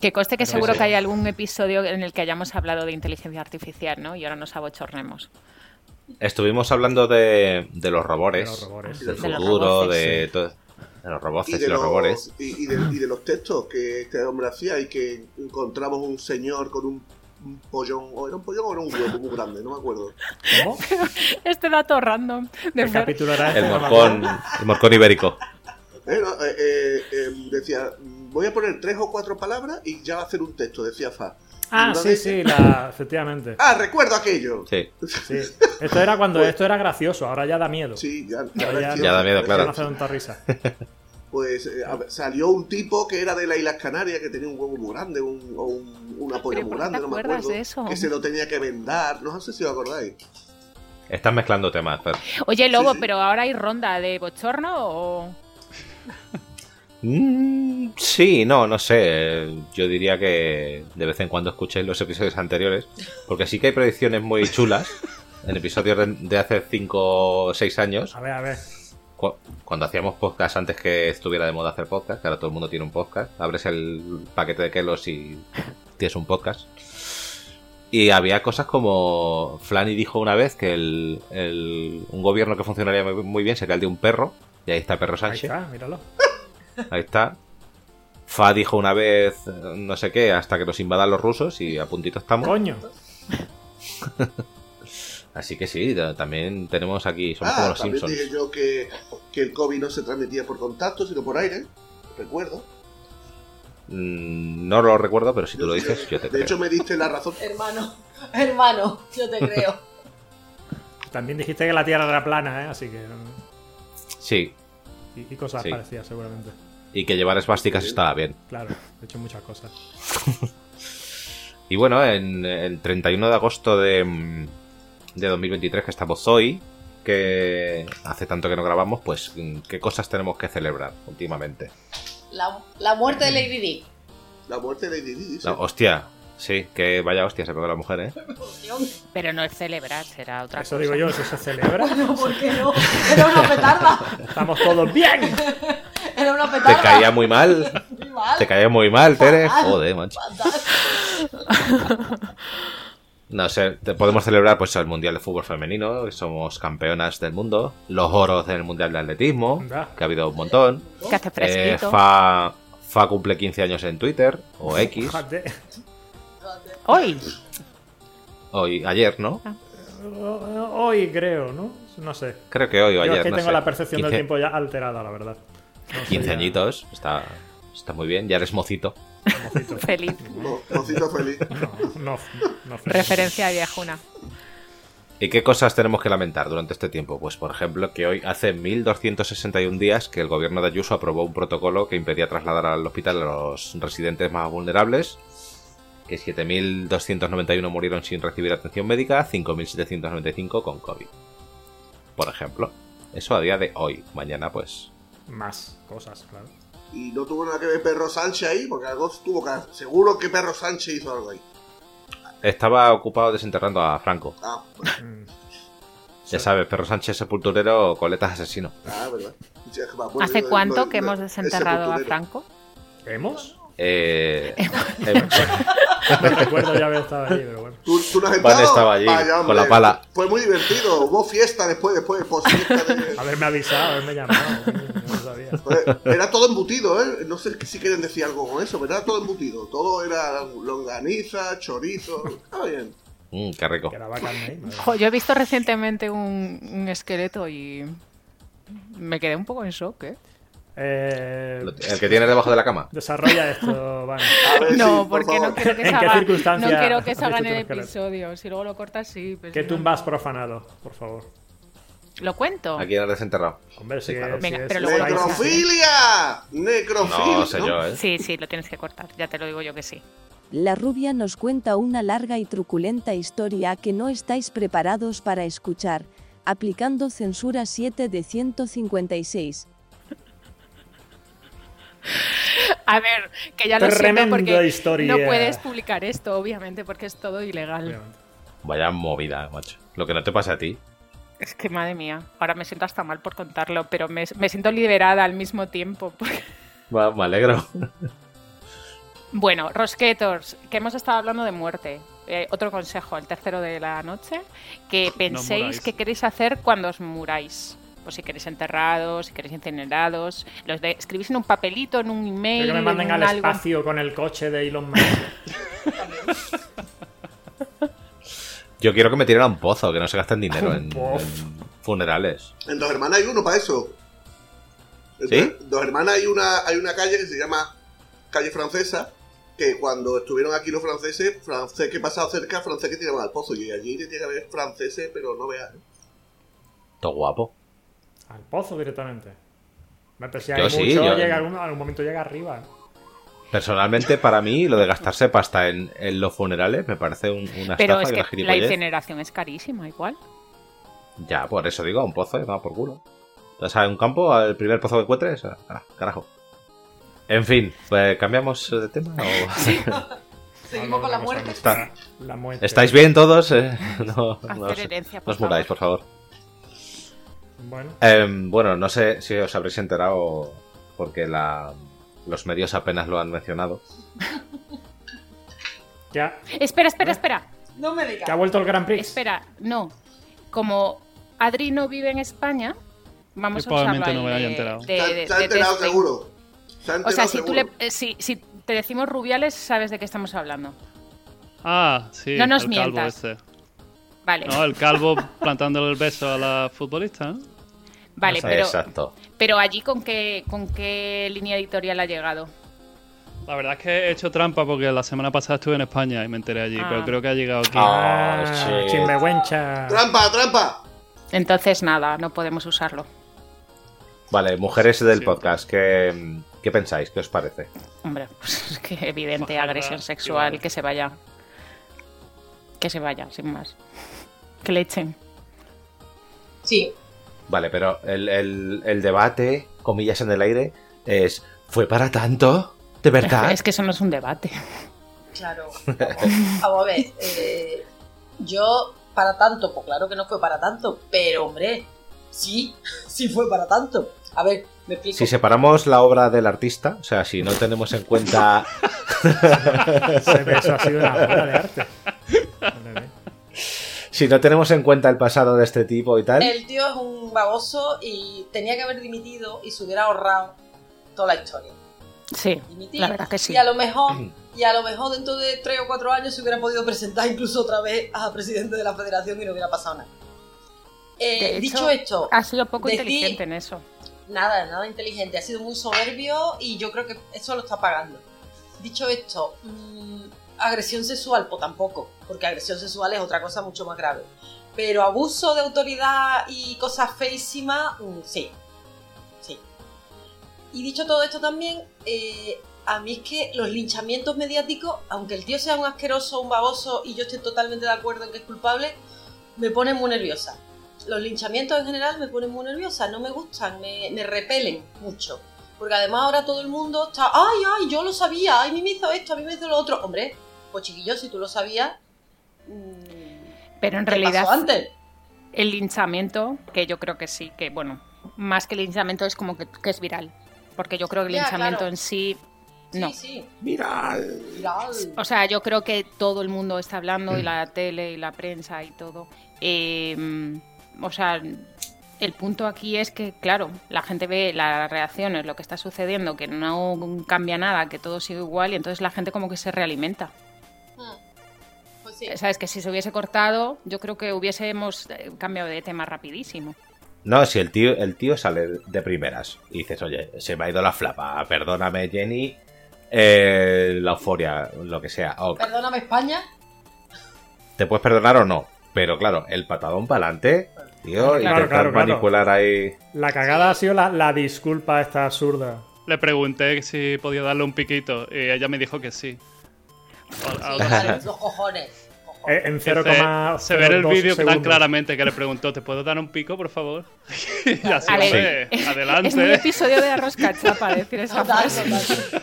G: Que conste que
H: Sí,
G: seguro
H: sí.
G: que hay algún episodio en el que hayamos hablado de inteligencia artificial, ¿no? Y ahora nos abochornemos.
F: Estuvimos hablando de, de los robores,
H: De los robores.
F: del
J: De los
F: futuro,
J: roboces,
F: de,
J: sí.
F: todo- de los roboces
J: Y
F: y,
J: de,
F: los robores.
J: los, y, y de, y de los textos que este hombre hacía y que encontramos un señor con un, un pollón, o era un pollón o era un huevo muy grande, no me acuerdo.
H: ¿Cómo?
G: Este dato random. De Fer.
F: El este morcón, el morcón ibérico.
J: Eh, no, eh, eh, eh, decía, voy a poner tres o cuatro palabras y ya va a hacer un texto, decía Fa.
H: Ah,
J: Una
H: sí,
J: vez-
H: sí, la- efectivamente.
J: Ah, recuerdo aquello.
F: Sí.
H: Sí. Esto era cuando esto era gracioso, ahora ya da miedo.
J: Sí, ya,
H: Ahora
J: ahora sí,
F: Ya da miedo, claro.
H: no hace tanta risa.
J: Pues eh, a ver, salió un tipo que era de las Islas Canarias, que tenía un huevo muy grande, un, o un- una polla
G: Pero,
J: muy
G: ¿por qué te
J: grande, no me
G: acuerdas
J: acuerdo.
G: de eso?
J: Que se lo tenía que vendar, no sé si os acordáis.
F: Estás mezclando temas, Fer.
G: Oye, Lobo, pero ahora hay ronda de bochorno o.
F: Mm, sí, no, no sé. Yo diría que de vez en cuando escuchéis los episodios anteriores, porque sí que hay predicciones muy chulas en episodios de, de hace 5 o 6 años.
H: A ver, a ver.
F: Cu- Cuando hacíamos podcast antes que estuviera de moda hacer podcast, que ahora todo el mundo tiene un podcast, abres el paquete de Kelos y tienes un podcast. Y había cosas como Flanny dijo una vez que el, el- un gobierno que funcionaría muy- muy bien sería el de un perro, y ahí está Perro
H: Ahí
F: Sánchez.
H: está, míralo.
F: Ahí está. Fa dijo una vez eh, no sé qué, hasta que nos invadan los rusos y a puntito estamos.
H: Coño.
F: Así que sí, ta- también tenemos aquí, somos como
J: Ah,
F: los
J: también
F: Simpsons.
J: dije yo que, que el COVID no se transmitía por contacto, sino por aire, recuerdo.
F: Mm, No lo recuerdo, pero si tú lo dices, yo te
J: De
F: creo.
J: hecho, me diste la razón.
K: Hermano, hermano, yo te creo.
H: También dijiste que la Tierra era plana, ¿eh? así que mm,
F: Sí,
H: y, y cosas
F: Sí.
H: parecidas seguramente.
F: y que llevar esvásticas estaba bien.
H: Claro, he hecho muchas cosas.
F: Y bueno, en el 31 de agosto de, mm, de 2023, que estamos hoy, que hace tanto que no grabamos, pues mm, qué cosas tenemos que celebrar últimamente.
K: La, la muerte de Lady Di.
J: La muerte de Lady Di.
F: No, hostia, sí, que vaya hostia se pegó la mujer, ¿eh?
G: Pero no es celebrar, será otra
H: Eso
G: cosa.
H: digo yo, eso se celebra.
K: Bueno, ¿por qué no? Era una petarda.
H: Estamos todos bien.
K: Era una
F: Te
K: petarda.
F: caía muy mal. Te caía muy mal, Tere.
K: Fatal.
F: Joder, macho. No sé, te- podemos celebrar pues el Mundial de Fútbol Femenino, que somos campeonas del mundo, los oros del Mundial de Atletismo, que ha habido un montón.
G: Que hace fresquito.
F: Eh, Fa, Fa cumple 15 años en Twitter, o X,
H: Fíjate.
G: Hoy.
F: hoy, ayer, ¿no?
H: Hoy creo, ¿no? No sé.
F: Creo que hoy o
H: Yo
F: ayer,
H: es que
F: no
H: tengo
F: sé.
H: la percepción del
F: 15
H: tiempo ya alterada, la verdad. No sé
F: 15
H: ya.
F: añitos, está, está muy bien, ya eres mocito.
G: Feliz.
J: Mocito feliz.
H: No, no, no.
G: Referencia a viejuna.
F: ¿Y qué cosas tenemos que lamentar durante este tiempo? Pues, por ejemplo, que hoy hace 1261 días que el gobierno de Ayuso aprobó un protocolo que impedía trasladar al hospital a los residentes más vulnerables, que 7.291 murieron sin recibir atención médica, 5.795 con COVID. Por ejemplo, eso a día de hoy. Mañana, pues,
H: Más cosas, claro.
J: Y no tuvo nada que ver Perro Sánchez ahí, porque algo tuvo que hacer. Seguro que Perro Sánchez hizo algo ahí.
F: estaba ocupado desenterrando a Franco.
J: Ah,
H: Mm.
F: Ya sabes, Perro Sánchez sepulturero, coletas asesino.
J: ah verdad. Ya, me acuerdo
G: ¿Hace
J: de-
G: cuánto
J: de-
G: que
J: de-
G: hemos
J: de
G: desenterrado a
J: sepulturero.
G: Franco?
H: ¿Hemos?
F: Eh, eh,
H: No recuerdo ya haber estado allí, pero bueno.
Q: ¿Tú, tú no has
F: Vale,
Q: estado?
F: estaba allí,
Q: Vaya,
F: con
Q: hombre.
F: la pala.
Q: Fue muy divertido. Hubo fiesta después, después, por fiesta de...
H: Haberme avisado, haberme llamado. coño, no lo sabía.
Q: Pues, Era todo embutido, ¿eh? No sé si quieren decir algo con eso, pero era todo embutido. Todo era longaniza, chorizo. Estaba bien.
F: Mm, qué rico.
G: Jo, yo he visto recientemente un, un esqueleto y me quedé un poco en shock, ¿eh?
H: Eh,
F: El que tienes debajo de la cama.
H: Desarrolla esto, Vane.
J: Pues
G: No, porque no quiero que
H: ¿En
G: se
H: qué
G: haga, no
H: circunstancias
G: quiero que
H: has
G: se haga en el
H: visto tú un esqueleto?
G: episodio. Si luego lo cortas, sí. pero
H: ¿Qué
G: si no,
H: tumbas profanado, por favor?
G: no. ¿Lo cuento?
F: Aquí eres desenterrado.
H: Hombre, sí,
F: claro.
G: Venga,
H: sí,
G: pero
H: sí,
G: luego lo
H: sí.
G: cortas.
Q: ¡Necrofilia! ¡Necrofilia!
F: No, sé yo, ¿eh?
G: Sí, sí, lo tienes que cortar. Ya te lo digo yo que sí.
R: La rubia nos cuenta una larga y truculenta historia que no estáis preparados para escuchar, aplicando censura 7 de 156.
G: A ver, que ya lo siento
H: Tremenda
G: porque
H: historia.
G: no puedes publicar esto, obviamente, porque es todo ilegal.
F: Vaya movida, macho. Lo que no te pasa a ti.
G: Es que madre mía, ahora me siento hasta mal por contarlo, pero me, me siento liberada al mismo tiempo. porque-
F: Va- me alegro.
G: Bueno, Rosquetors, que hemos estado hablando de muerte. Eh, otro consejo, el tercero de la noche, que penséis
S: muráis.
G: qué queréis hacer cuando os muráis. Pues si queréis enterrados, si queréis incinerados, los de, escribís en un papelito, en un email,
H: Quiero que me
G: en
H: manden
G: un
H: al
G: algo.
H: espacio con el coche de Elon Musk.
F: Yo quiero que me tiren a un pozo, que no se gasten dinero en,
Q: pozo.
F: en funerales.
Q: En Dos Hermanas hay uno para eso. En
F: ¿Sí?
Q: Dos Hermanas hay una, hay una calle que se llama Calle Francesa, que cuando estuvieron aquí los franceses, francés que pasaba cerca, francés que tiraba al pozo. Y allí tiene que haber franceses, pero no veas.
F: Todo guapo.
H: Al pozo directamente. Me pensé,
F: Yo
H: hay
F: sí,
H: mucho,
F: yo-
H: llega algún, algún momento llega arriba. ¿no?
F: Personalmente, para mí, lo de gastarse pasta en, en los funerales me parece un- una
G: Pero
F: estafa y
G: es que
F: una
G: la
F: gilipollez.
G: incineración es carísima, igual.
F: Ya, por eso digo, a un pozo, y va por culo. O sea, un campo, al primer pozo que encuentres, ah, ah, carajo. En fin, pues, ¿cambiamos de tema? o-
K: Seguimos con la muerte.
F: Está-
H: La muerte.
F: ¿Estáis bien todos? Eh, no, no os,
K: herencia,
F: no
K: por
F: os muráis, por favor.
H: Bueno.
F: Em, bueno, no sé si os habréis enterado porque la- los medios apenas lo han mencionado.
H: Ya.
G: Espera, espera, espera.
K: No me digas.
H: ¿Que ha vuelto el Gran
I: Pues,
H: Prix?
G: Espera, no. Como Adri no vive en España, vamos
I: Yo
G: a usarlo
I: probablemente
G: ahí
I: no me haya
G: de-
I: enterado.
G: de-
Q: Se ha-
G: Eh, de-
Q: se ha
G: de
Q: enterado
G: testing.
Q: seguro. Se ha
G: O sea,
Q: enterado
G: si, tú
Q: seguro.
G: le, eh, si, si te decimos rubiales, sabes de qué estamos hablando.
I: Ah, sí.
G: No nos
I: el calvo
G: mientas.
I: ese.
G: Vale,
I: No, el calvo plantándole el beso a la futbolista. ¿no?
G: vale, pero,
F: Exacto.
G: pero allí con qué, con qué línea editorial ha llegado.
I: La verdad es que he hecho trampa porque la semana pasada estuve en España y me enteré allí,
G: Ah.
I: pero creo que ha llegado aquí.
H: Ah,
F: Oh,
H: shit. chinvergüencha.
Q: ¡Trampa, trampa!
G: Entonces nada, no podemos usarlo.
F: Vale, mujeres del podcast, ¿qué, qué pensáis? ¿Qué os parece?
G: Hombre, pues es que evidente agresión sexual, que se vaya. Que se vaya, sin más. Que le echen.
K: Sí.
F: Vale, pero el, el- el debate, comillas en el aire, es ¿fue para tanto? ¿De verdad?
G: Es que eso no es un debate.
K: Claro. Vamos a ver. eh, yo, para tanto, pues claro que no fue para tanto, pero hombre, sí, sí fue para tanto. A ver, me explico.
F: si separamos la obra del artista, o sea, si no tenemos en cuenta...
H: Ese beso ha sido una obra de arte.
F: Si no tenemos en cuenta el pasado de este tipo y tal...
K: El tío es un baboso y tenía que haber dimitido y se hubiera ahorrado toda la historia.
G: Sí,
K: Dimitir.
G: la verdad que sí.
K: Y a lo mejor, y a lo mejor dentro de tres o cuatro años se hubiera podido presentar incluso otra vez a presidente de la federación y no hubiera pasado nada. Eh,
G: De hecho,
K: dicho esto,
G: ha sido poco
K: decir-
G: inteligente en eso.
K: Nada, nada inteligente. Ha sido muy soberbio y yo creo que eso lo está pagando. Dicho esto, mm, agresión sexual, pues tampoco, porque agresión sexual es otra cosa mucho más grave. Pero abuso de autoridad y cosas feísimas, mm, sí. Sí. Y dicho todo esto también, eh, a mí es que los linchamientos mediáticos, aunque el tío sea un asqueroso, un baboso y yo esté totalmente de acuerdo en que es culpable, me ponen muy nerviosa. Los linchamientos en general me ponen muy nerviosa, no me gustan, me, me repelen mucho. Porque además ahora todo el mundo está, ay, ay, yo lo sabía, ay, a mí me hizo esto, a mí me hizo lo otro. Hombre, pues chiquillo, si tú lo sabías,
G: Pero en
K: ¿Qué
G: realidad,
K: pasó antes?
G: el linchamiento, que yo creo que sí, que bueno, más que linchamiento es como que, que es viral. Porque yo creo que el
K: Ya,
G: linchamiento
K: claro.
G: en sí No.
Q: Mira.
G: O sea, yo creo que todo el mundo está hablando,
J: Mm.
G: y la tele, y la prensa, y todo. Eh, o sea, el punto aquí es que, claro, la gente ve las reacciones, lo que está sucediendo, que no cambia nada, que todo sigue igual, y entonces la gente como que se realimenta.
K: Ah, Pues sí.
G: Sabes que si se hubiese cortado, yo creo que hubiésemos eh, cambiado de tema rapidísimo.
F: No, si el tío, el tío sale de primeras y dices, oye, se me ha ido la flapa, perdóname Jenny, eh, la euforia, lo que sea. ok.
K: Perdóname España.
F: Te puedes perdonar o no, pero claro, el patadón para adelante, tío,
H: Claro,
F: intentar
H: claro, claro.
F: manipular ahí.
H: La cagada ha sido la, la disculpa esta absurda.
I: Le pregunté si podía darle un piquito y ella me dijo que sí. A- a-
K: Los cojones.
H: Eh, En
I: Se-
H: 0,02
I: Se ve en el vídeo tan
H: segundos.
I: claramente que le preguntó, ¿te puedo dar un pico, por favor? Y así
G: A ver,
I: fue.
G: es-
I: adelante.
G: Es muy episodio de arroz cachapa eh, decir esa
K: Total,
G: frase.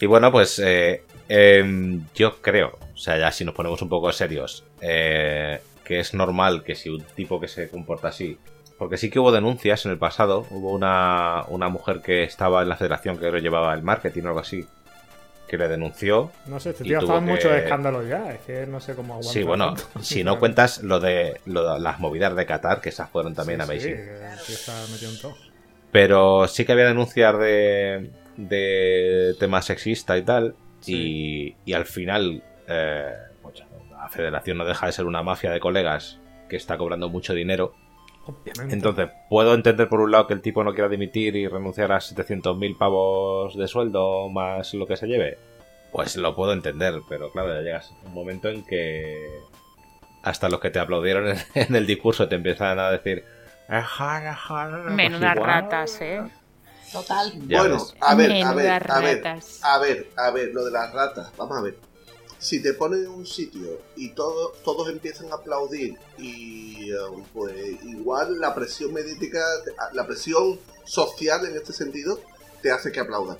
F: Y bueno, pues eh, em, yo creo, o sea, ya si nos ponemos un poco serios, eh, que es normal que si un tipo que se comporta así, porque sí que hubo denuncias en el pasado, hubo una, una mujer que estaba en la federación que creo llevaba el marketing o algo así, que le denunció.
H: No sé, este
F: y
H: tío ha
F: tuvo
H: estado en
F: que-
H: muchos escándalos ya. Es que no sé cómo aguanta.
F: Sí, bueno,
H: tanto.
F: si no cuentas lo de lo de las movidas de Qatar, que esas fueron también
H: Sí, sí,
F: amazing.
H: que el tío está metido en todo.
F: Pero sí que había denuncias de, de temas sexista y tal. Y, y al final, eh, pues, la federación no deja de ser una mafia de colegas que está cobrando mucho dinero.
H: Obviamente.
F: Entonces, puedo entender por un lado que el tipo no quiera dimitir y renunciar a 700.000 pavos de sueldo más lo que se lleve. Pues lo puedo entender, pero claro, ya llegas a un momento en que hasta los que te aplaudieron en- en el discurso te empiezan a decir... "Ajá, ajá, pues
G: Menudas
F: igual".
G: ratas, ¿eh?
K: Total.
F: Ya
J: bueno,
F: ves.
J: a ver, a
G: Menudas
J: ver, a ver,
G: ratas.
J: a ver, a ver, lo de las ratas, vamos a ver. Si te ponen en un sitio y todo, todos empiezan a aplaudir y eh, pues igual la presión mediática, la presión social en este sentido te hace que aplaudan.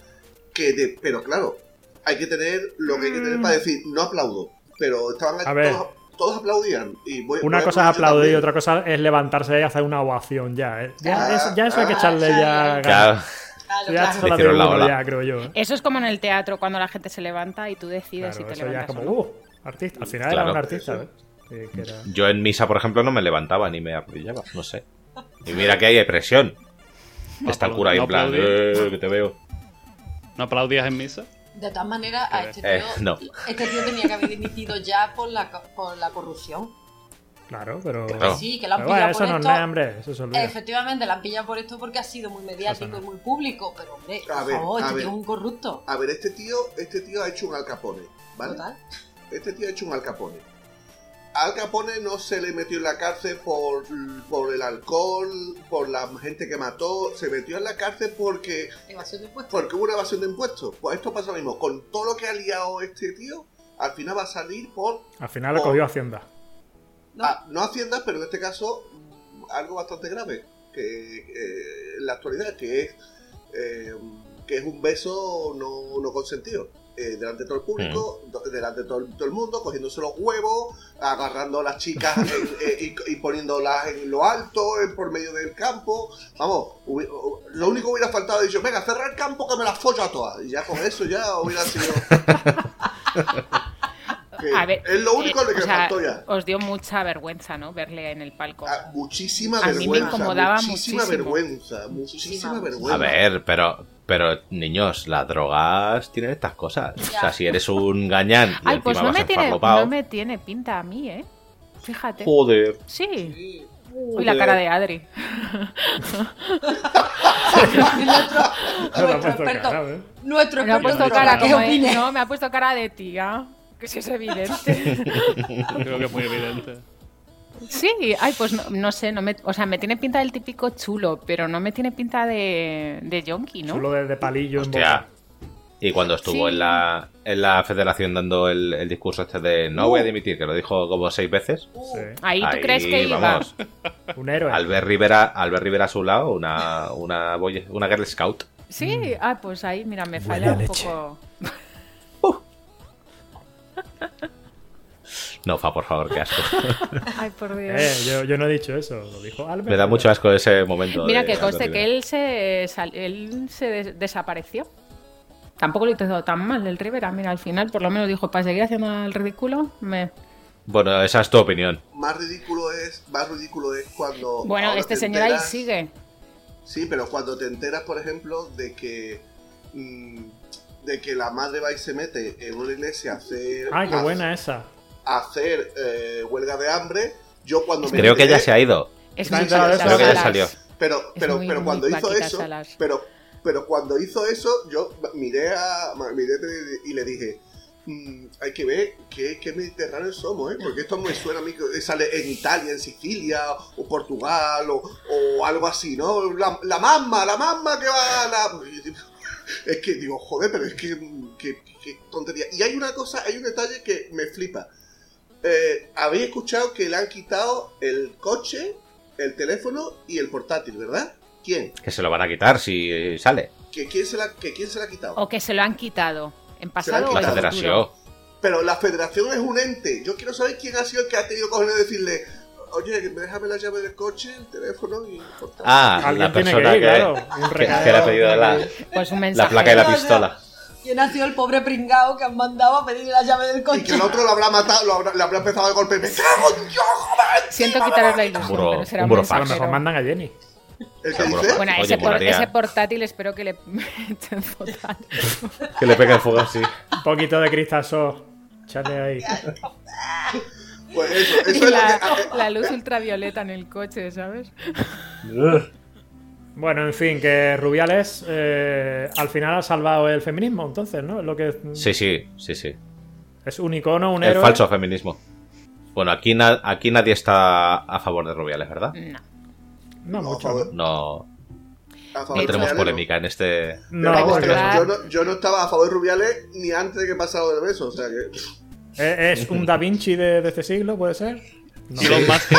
J: Que de- pero claro, hay que tener lo que hay que tener para decir, no aplaudo, pero estaban
H: A ver.
J: todos, todos aplaudían y voy-
H: Una
J: voy a
H: cosa
J: aplaudir yo
H: es aplaudir y
J: también.
H: otra cosa es levantarse y hacer una ovación ya. ¿eh? Ya,
J: Ah,
H: es- ya eso hay que
J: ah,
H: echarle ya.
F: Claro.
H: Ya
G: claro.
H: esto
F: Le
H: la
F: hicieron la
H: tengo
F: ola.
H: ya, creo yo. ¿eh?
G: Eso es como en el teatro, cuando la gente se levanta y tú decides
H: Claro,
G: si te
H: eso ya es
G: levantas.
H: como,
G: o no.
H: uh, artista. Al final
F: Claro.
H: era un artista, ¿eh? Sí, que era-
F: Yo en misa, por ejemplo, no me levantaba ni me arrodillaba, no sé. Y mira que hay depresión. Está el cura ahí en
I: no
F: plan,
I: aplaudir.
F: "Eh, que te veo.
I: ¿No aplaudías en misa?
K: De todas maneras, a este tío,
F: Eh, no.
K: este tío tenía que haber dimitido ya por la, co- por la corrupción.
H: Claro, pero.
K: Claro. Sí, que lo han
H: Pero bueno,
K: pillado
H: eso
K: por
H: no es
K: esto.
H: nada, hombre. Eso se olvida.
K: Efectivamente, la han pillado por esto porque ha sido muy mediático y muy público. Pero, hombre, por
J: A ver,
K: favor,
J: a
K: este
J: ver.
K: tío es un corrupto.
J: A ver, este tío, este tío ha hecho un alcapone, ¿vale?
K: Total.
J: Este tío ha hecho un Al Capone. Al Capone no se le metió en la cárcel por, por el alcohol, por la gente que mató, se metió en la cárcel porque,
K: Evasión de impuestos.
J: porque hubo una evasión de impuestos. Pues esto pasa lo mismo, con todo lo que ha liado este tío, al final va a salir por,
H: Al final lo cogió Hacienda.
J: no, Ah, no Hacienda, pero en este caso mm, algo bastante grave, que eh, en la actualidad, que es, eh, que es un beso no, no consentido. eh, delante de todo el público, do- delante de todo, todo el mundo, cogiéndose los huevos, agarrando a las chicas en- eh, y, y poniéndolas en lo alto, en- por medio del campo. Vamos, hubi- hu- lo único que hubiera faltado es dicho, venga, cerrar el campo que me las follo a todas. Y ya con eso ya hubiera sido... Que
G: A ver,
J: es lo único
G: eh,
J: que
G: o
J: me
G: sea,
J: faltó ya. Ah,
G: Os dio mucha vergüenza, ¿no? Verle en el palco.
J: Muchísima
G: A mí me
J: vergüenza.
G: incomodaba
J: muchísima
G: muchísimo.
J: vergüenza. Muchísima vergüenza.
F: A ver, pero, pero niños, las drogas tienen estas cosas. O sea, si eres un gañán y
G: Ay,
F: encima
G: pues no
F: vas
G: me, tiene,
F: enfarlopao,
G: no me tiene pinta a mí, ¿eh? Fíjate.
F: Joder.
G: Sí. Uy, la cara de Adri.
H: No lo ha puesto
K: experto.
H: cara, ¿eh?
K: Nuestro
G: Me ha
K: experto
G: puesto
K: en
G: cara
K: droga, ¿qué
G: como de-
K: opina?
G: No, me ha puesto cara de tía. Que sí es evidente.
I: Creo que es muy evidente.
G: Sí, ay, pues no, no sé, no me, o sea, me tiene pinta del típico chulo, pero no me tiene pinta de, de yonki, ¿no?
H: Solo de, de palillo en
F: Hostia.
H: boca.
F: Y cuando estuvo
G: Sí.
F: en, la, en la federación dando el, el discurso este de no voy a dimitir, que lo dijo como seis veces.
K: Uh.
H: Sí.
G: Ahí tú
F: Ahí,
G: crees que iba.
F: vamos.
H: Un héroe.
F: Albert Rivera, Albert Rivera a su lado, una, una, boy- una Girl Scout.
G: Sí, ah, pues ahí, mira, me
F: Huele
G: falla
F: a
G: un
F: leche.
G: poco.
F: No, fa, por favor, qué asco.
G: Ay, por Dios.
H: Eh, yo, yo no he dicho eso, lo dijo Albert.
F: Me da mucho asco ese momento.
G: Mira
F: de-
G: que conste
F: Antonio.
G: que él se, sal- él se des- desapareció. Tampoco lo hizo tan mal el Rivera. Mira, al final por lo menos dijo, para seguir haciendo el ridículo, me...
F: Bueno, esa es tu opinión.
J: Más ridículo es, más ridículo es cuando.
G: Bueno,
J: Oh, ahora
G: este
J: te
G: señor ahí
J: enteras-
G: sigue.
J: Sí, pero cuando te enteras, por ejemplo, de que. mm, de que la madre va y se mete en una iglesia a hacer.
H: Ah, qué
J: a-
H: buena esa.
J: a hacer eh, huelga de hambre. Yo cuando me
F: Creo que
J: enteré-
F: ella se ha ido.
G: Es
J: muy
F: Creo
J: vaquita
F: que ella
J: Salas.
F: salió.
J: Pero, pero,
G: muy-
J: pero
G: muy
J: cuando hizo
G: vaquita
J: eso,
G: Salas.
J: pero, pero cuando hizo eso, yo miré a miré tele- y le dije, "Mm, hay que ver qué, qué mediterráneos somos, ¿eh? Porque esto me suena a mí que sale en Italia, en Sicilia, o Portugal, o, o algo así, ¿no? La, la mamma, la mamma que va a la... Y digo, Es que digo, joder, pero es que, mm, que- que tontería. Y hay una cosa, hay un detalle que me flipa. Eh, habéis escuchado que le han quitado el coche, el teléfono y el portátil, ¿verdad? ¿Quién?
F: Que se lo van a quitar si eh, sale.
J: ¿Que quién se la, que quién se la ha quitado?
G: O que se lo han quitado. En pasado o
F: La
G: en
F: federación.
G: futuro.
J: Pero la federación es un ente. Yo quiero saber quién ha sido el que ha tenido cojones de decirle, oye, déjame la llave del coche, el teléfono y el portátil.
F: Ah,
H: Alguien
F: la
H: tiene que
F: persona que,
H: ir, claro. Un
F: que-
H: recado.
F: que le ha pedido la,
G: Pues un
F: la
G: mensaje.
F: placa y la
K: O sea,
F: pistola.
K: ¿Quién ha sido el pobre pringao que han mandado a pedirle la llave del
J: Y que
K: coche?
J: el otro lo habrá matado, lo habrá, le habrá empezado a golpear. ¡Me cago en Dios, joder!
G: Siento quitaros la ilusión,
F: Un buro-
G: pero será
F: un
G: un
F: burofax.
H: A lo
G: mensajero.
H: mejor mandan a Jenny.
J: ¿El que
F: Seguro.
J: dice?
G: Bueno,
F: Oye,
G: ese, por-
F: molaría.
G: ese portátil espero que le echen total.
F: Que le pega el fuego así.
H: Un poquito de cristal so. Échate ahí.
J: Pues eso, eso
G: Y
J: es
G: la,
J: lo que...
G: la luz ultravioleta en el coche, ¿sabes?
H: Bueno, en fin, que Rubiales eh, al final ha salvado el feminismo, entonces, ¿no? Es Lo que
F: Sí, sí, sí, sí.
H: es un icono, un
F: El
H: héroe.
F: falso feminismo. Bueno, aquí, na- aquí nadie está a favor de Rubiales, ¿verdad?
G: No.
J: No,
H: No, mucho.
G: Mm.
J: joder.
F: No,
J: A favor
F: no
J: de
F: tenemos
J: Rubiales,
F: polémica en este.
J: Pero
H: No,
J: vamos,
H: porque
J: yo, yo no, yo no estaba a favor de Rubiales ni antes de que pasara lo del beso, o sea que...
H: eh, es un Da Vinci de, de este siglo, puede ser. No.
I: Elon Musk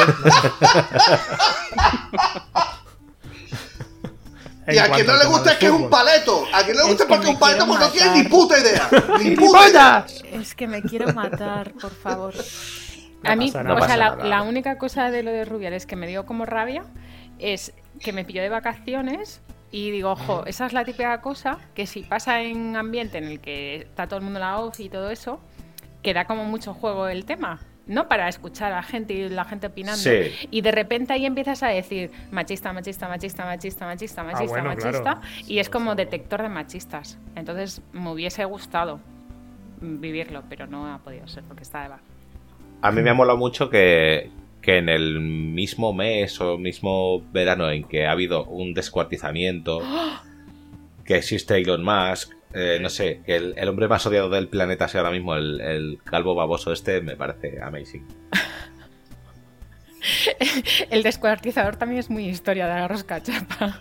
H: En
J: Y a
H: cuanto
J: quien no
H: al
J: le
H: tema
J: gusta
H: del
J: es que es un
H: fútbol.
J: paleto. A quien no le gusta
G: Es
J: es
G: que
J: porque es
G: me
J: un paleto
G: quiero
J: porque no tiene
G: matar.
J: ni puta idea. Ni puta idea.
G: Es que me quiero matar, por favor.
H: No
G: a mí,
H: pasa
G: o
H: nada.
F: No
G: sea,
F: pasa
G: la,
F: nada.
G: la única cosa de lo de Rubiales que me dio como rabia es que me pilló de vacaciones y digo, ojo, esa es la típica cosa que si pasa en un ambiente en el que está todo el mundo en la off y todo eso, que da como mucho juego el tema. No para escuchar a gente y la gente opinando.
F: Sí.
G: Y de repente ahí empiezas a decir machista, machista, machista, machista, machista, machista,
H: Ah, bueno,
G: machista.
H: claro.
G: Y es como detector de machistas. Entonces me hubiese gustado vivirlo, pero no ha podido ser porque está de baja.
F: A mí me ha molado mucho que, que en el mismo mes o mismo verano en que ha habido un descuartizamiento, que existe Elon Musk, eh, no sé, que el, el hombre más odiado del planeta sea ahora mismo el, el calvo baboso este, me parece amazing.
G: El descuartizador también es muy historia de la rosca chapa.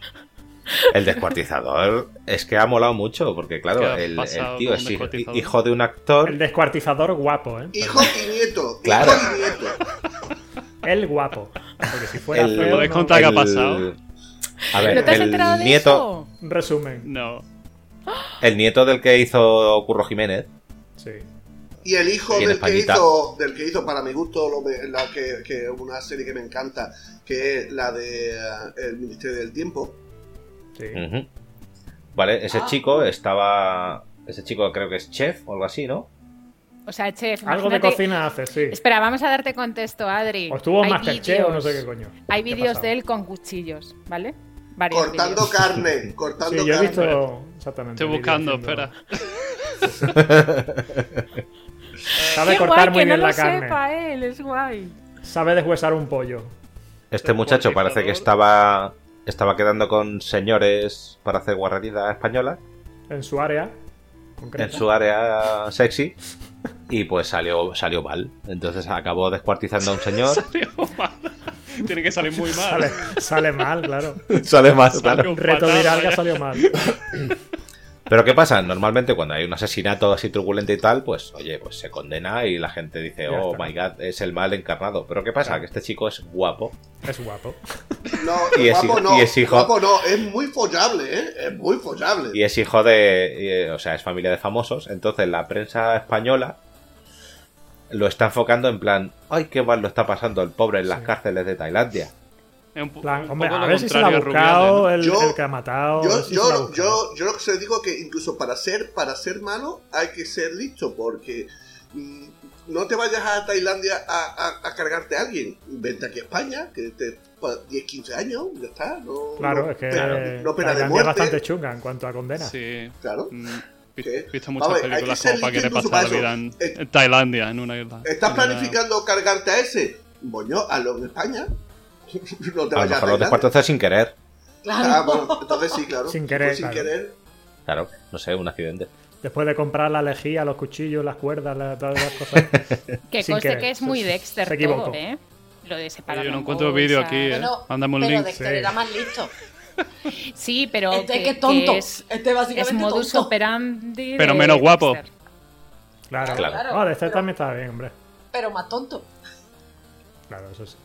F: El descuartizador es que ha molado mucho, porque
I: Que
F: claro,
I: ha
F: el, el
I: pasado
F: tío
I: con
F: es
I: un descuartizador.
F: hijo de un actor.
H: El descuartizador guapo, ¿eh?
J: Hijo y nieto.
F: Claro.
J: Hijo y nieto.
H: El guapo. Porque si fuera
F: el-
H: feo,
I: ¿Me podéis
H: no.
I: contar qué ha pasado?
F: A ver,
G: ¿No te has enterado
F: el
G: de
F: nieto,
G: eso?
H: Un resumen.
I: No.
F: el nieto del que hizo Curro Jiménez,
H: Sí.
J: Y el hijo
F: Y en
J: del
F: Españita.
J: que hizo, del que hizo para mi gusto, lo me- la que, que es una serie que me encanta, que es la de eh, El Ministerio del Tiempo.
H: sí.
F: Ujú. Vale, ese chico estaba. Ese chico creo que es chef o algo así, ¿no?
G: O sea, chef.
H: Algo de
G: imagínate-
H: cocina hace, sí.
G: Espera, vamos a darte contexto, Adri.
H: O estuvo en
G: Hay
H: Masterchef o no sé qué
G: vídeos-
H: coño.
G: Hay
H: ¿Qué
G: vídeos
H: pasaba?
G: de él con cuchillos, ¿vale? Varios
J: Cortando
G: vídeos.
J: carne. Cortando
H: Sí, yo he
J: carne.
H: visto. Exactamente.
I: Estoy
H: vídeos
I: buscando,
H: haciendo-
I: espera.
H: Sabe
G: Qué guay, que
H: cortar muy
G: no
H: bien
G: lo
H: la carne.
G: sepa ¿eh? él, es guay.
H: Sabe deshuesar un pollo.
F: Este muchacho parece que estaba. Estaba quedando con señores para hacer guarrería española
H: En su área. concreta.
F: en su área sexy. Y pues salió, salió mal. Entonces acabó descuartizando a un señor.
I: Tiene que salir muy
H: Sale,
I: mal.
H: sale mal, claro.
F: Sale mal, claro.
I: Un
H: Reto
I: patado,
H: viral que ha
I: ya.
H: salido mal.
F: Pero ¿qué pasa? Normalmente cuando hay un asesinato así truculento y tal, pues oye, pues se condena y la gente dice,
H: Ya
F: oh
H: está.
F: my god, es el mal encarnado. Pero ¿qué pasa?
H: Claro.
F: Que este chico es guapo.
H: Es guapo.
J: No,
F: Y es
J: guapo
F: hijo-
J: no.
F: y es hijo-
J: Guapo no. Es muy follable, ¿eh? Es muy follable.
F: Y es hijo de. y, eh, o sea, es familia de famosos. Entonces la prensa española lo está enfocando en plan, ay, qué mal lo está pasando el pobre en las cárceles de Tailandia.
H: Plan, hombre,
F: poco
H: a
F: lo
H: ver si se la ha
F: contrario a
H: buscado eh,
F: Rubiales,
H: el,
F: ¿no? Yo-
H: el que ha matado. a ver
J: Yo,
H: si se la ha
J: yo,
H: buscado.
J: yo, yo lo que se digo que incluso para ser, para ser malo hay que ser listo, porque mm, no te vayas a Tailandia a, a- a cargarte a alguien. Vente aquí a España, que te pa- 10, 15 años, ya está. No,
H: Claro,
J: no-
H: es que
J: pero-
H: eh,
J: no pena de
H: Tailandia es
J: muerte.
H: bastante chunga en cuanto a condena.
I: Sí.
J: Claro.
I: He visto
J: A
I: muchas
J: ver, hay que
I: películas
J: ser
I: como para querer
J: listo en
I: pasar la
J: su
I: vida
J: caso.
I: en, en Tailandia, en una isla.
J: ¿Estás
H: Mm.
I: En una-
J: planificando cargarte a ese? Boño, hazlo en España.
F: A lo mejor lo
J: no te vayas a Tailandia.
F: descuartizas sin querer.
J: Ah, bueno, entonces sí, claro.
H: Sin querer,
J: Pues sin
H: claro.
J: querer.
F: Claro, no sé, un accidente.
H: Después de comprar la lejía, los cuchillos, las cuerdas, la- todas las cosas.
G: Que
H: sin
G: conste
H: querer.
G: que es muy
H: Se-
G: Dexter
H: se equivocó.
G: todo, ¿eh? Lo de separar.
I: Yo no encuentro vídeo aquí, ¿eh?
K: Bueno,
I: Mándame un
K: pero
I: link.
K: Dexter era más listo.
I: eh.
G: Sí, pero.
K: Este que es tonto. Este básicamente
G: es modus
K: tonto.
G: operandi. de
I: Pero menos guapo.
G: Dexter.
H: Claro,
I: Claro.
H: claro. No, de este también estaba bien, hombre.
K: Pero más tonto.
H: Claro, eso sí.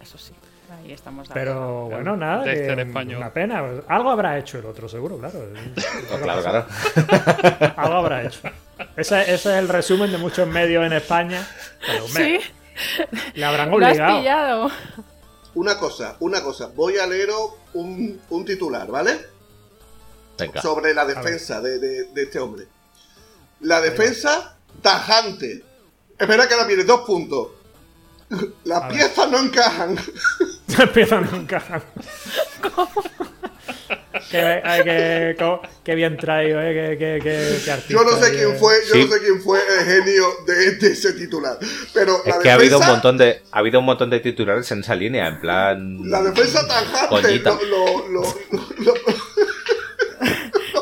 G: Eso sí. Ahí estamos. de
H: Pero
G: acuerdo.
H: bueno, nada, que,
I: Dexter
H: mm,
I: español.
H: una pena. pues, algo habrá hecho el otro, seguro, claro.
F: claro, claro.
H: algo habrá hecho. Ese, ese es el resumen de muchos medios en España. Pero, hombre,
G: Sí,
H: Le habrán
G: lo has
H: obligado.
G: pillado.
J: Una cosa, una cosa. Voy a leeros un, un titular, ¿vale? sobre la
H: A ver.
J: defensa de, de- de este hombre. La defensa tajante. Espera que ahora viene, dos puntos. Las
H: A ver.
J: piezas no encajan.
H: Empiezan nunca. Qué, ay, qué- co- qué bien traído, eh. Qué, qué- qué- qué
J: Yo no
H: artista,
J: sé quién
H: eh.
J: fue, yo
F: Sí.
J: no sé quién fue el genio de, de ese titular. Pero
F: Es
J: la
F: que ha habido un
J: defensa,
F: montón de ha habido un montón de titulares en esa línea, en plan
J: la defensa tajante
F: Coñita.
J: lo, lo- lo-